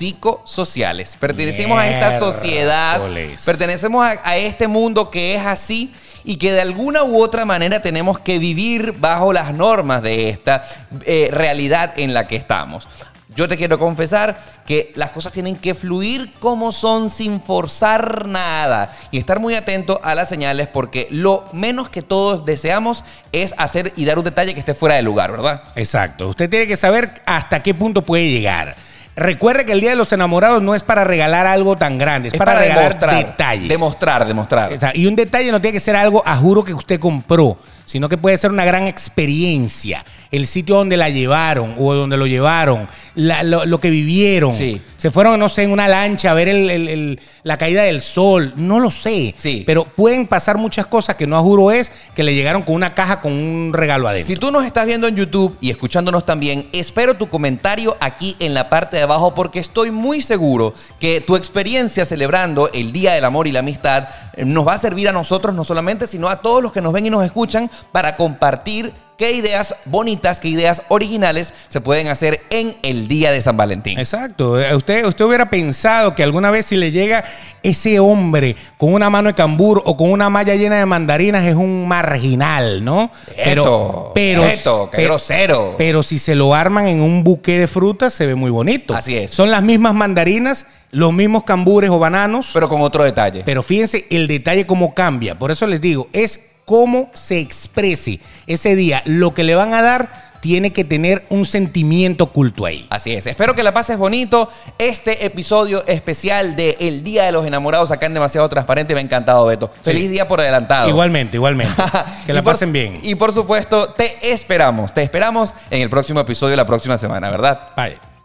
biopsicosociales. Pertenecemos a esta sociedad, Miércoles. pertenecemos a, a este mundo que es así y que de alguna u otra manera tenemos que vivir bajo las normas de esta eh, realidad en la que estamos. Yo te quiero confesar que las cosas tienen que fluir como son sin forzar nada y estar muy atento a las señales porque lo menos que todos deseamos es hacer y dar un detalle que esté fuera de lugar, ¿verdad? Exacto. Usted tiene que saber hasta qué punto puede llegar. Recuerde que el Día de los Enamorados no es para regalar algo tan grande, es, para, regalar detalles. Demostrar, demostrar. O sea, y un detalle no tiene que ser algo a juro que usted compró, sino que puede ser una gran experiencia. El sitio donde la llevaron o donde lo llevaron, la- lo, lo que vivieron. Sí. Se fueron, no sé, en una lancha a ver el- el- el- la caída del sol. No lo sé. Sí. Pero pueden pasar muchas cosas que no a juro es que le llegaron con una caja con un regalo adentro. Si tú nos estás viendo en YouTube y escuchándonos también, espero tu comentario aquí en la parte de abajo porque estoy muy seguro que tu experiencia celebrando el Día del Amor y la Amistad eh, nos va a servir a nosotros no solamente, sino a todos los que nos ven y nos escuchan para compartir qué ideas bonitas, qué ideas originales se pueden hacer en el Día de San Valentín. Exacto. Eh, Usted, usted hubiera pensado que alguna vez si le llega ese hombre con una mano de cambur o con una malla llena de mandarinas es un marginal, ¿no? Esto, esto, qué grosero. Pero si se lo arman en un buque de frutas se ve muy bonito. Así es. Son las mismas mandarinas, los mismos cambures o bananos. Pero con otro detalle. Pero fíjense el detalle cómo cambia. Por eso les digo, es cómo se exprese ese día. Lo que le van a dar tiene que tener un sentimiento oculto ahí. Así es, espero que la pases bonito. Este episodio especial de El Día de los Enamorados acá en Demasiado Transparente me ha encantado, Beto. Feliz día por adelantado. Igualmente, igualmente. Que Y la por- pasen bien. Y por supuesto, te esperamos, te esperamos en el próximo episodio la próxima semana, ¿verdad? Bye.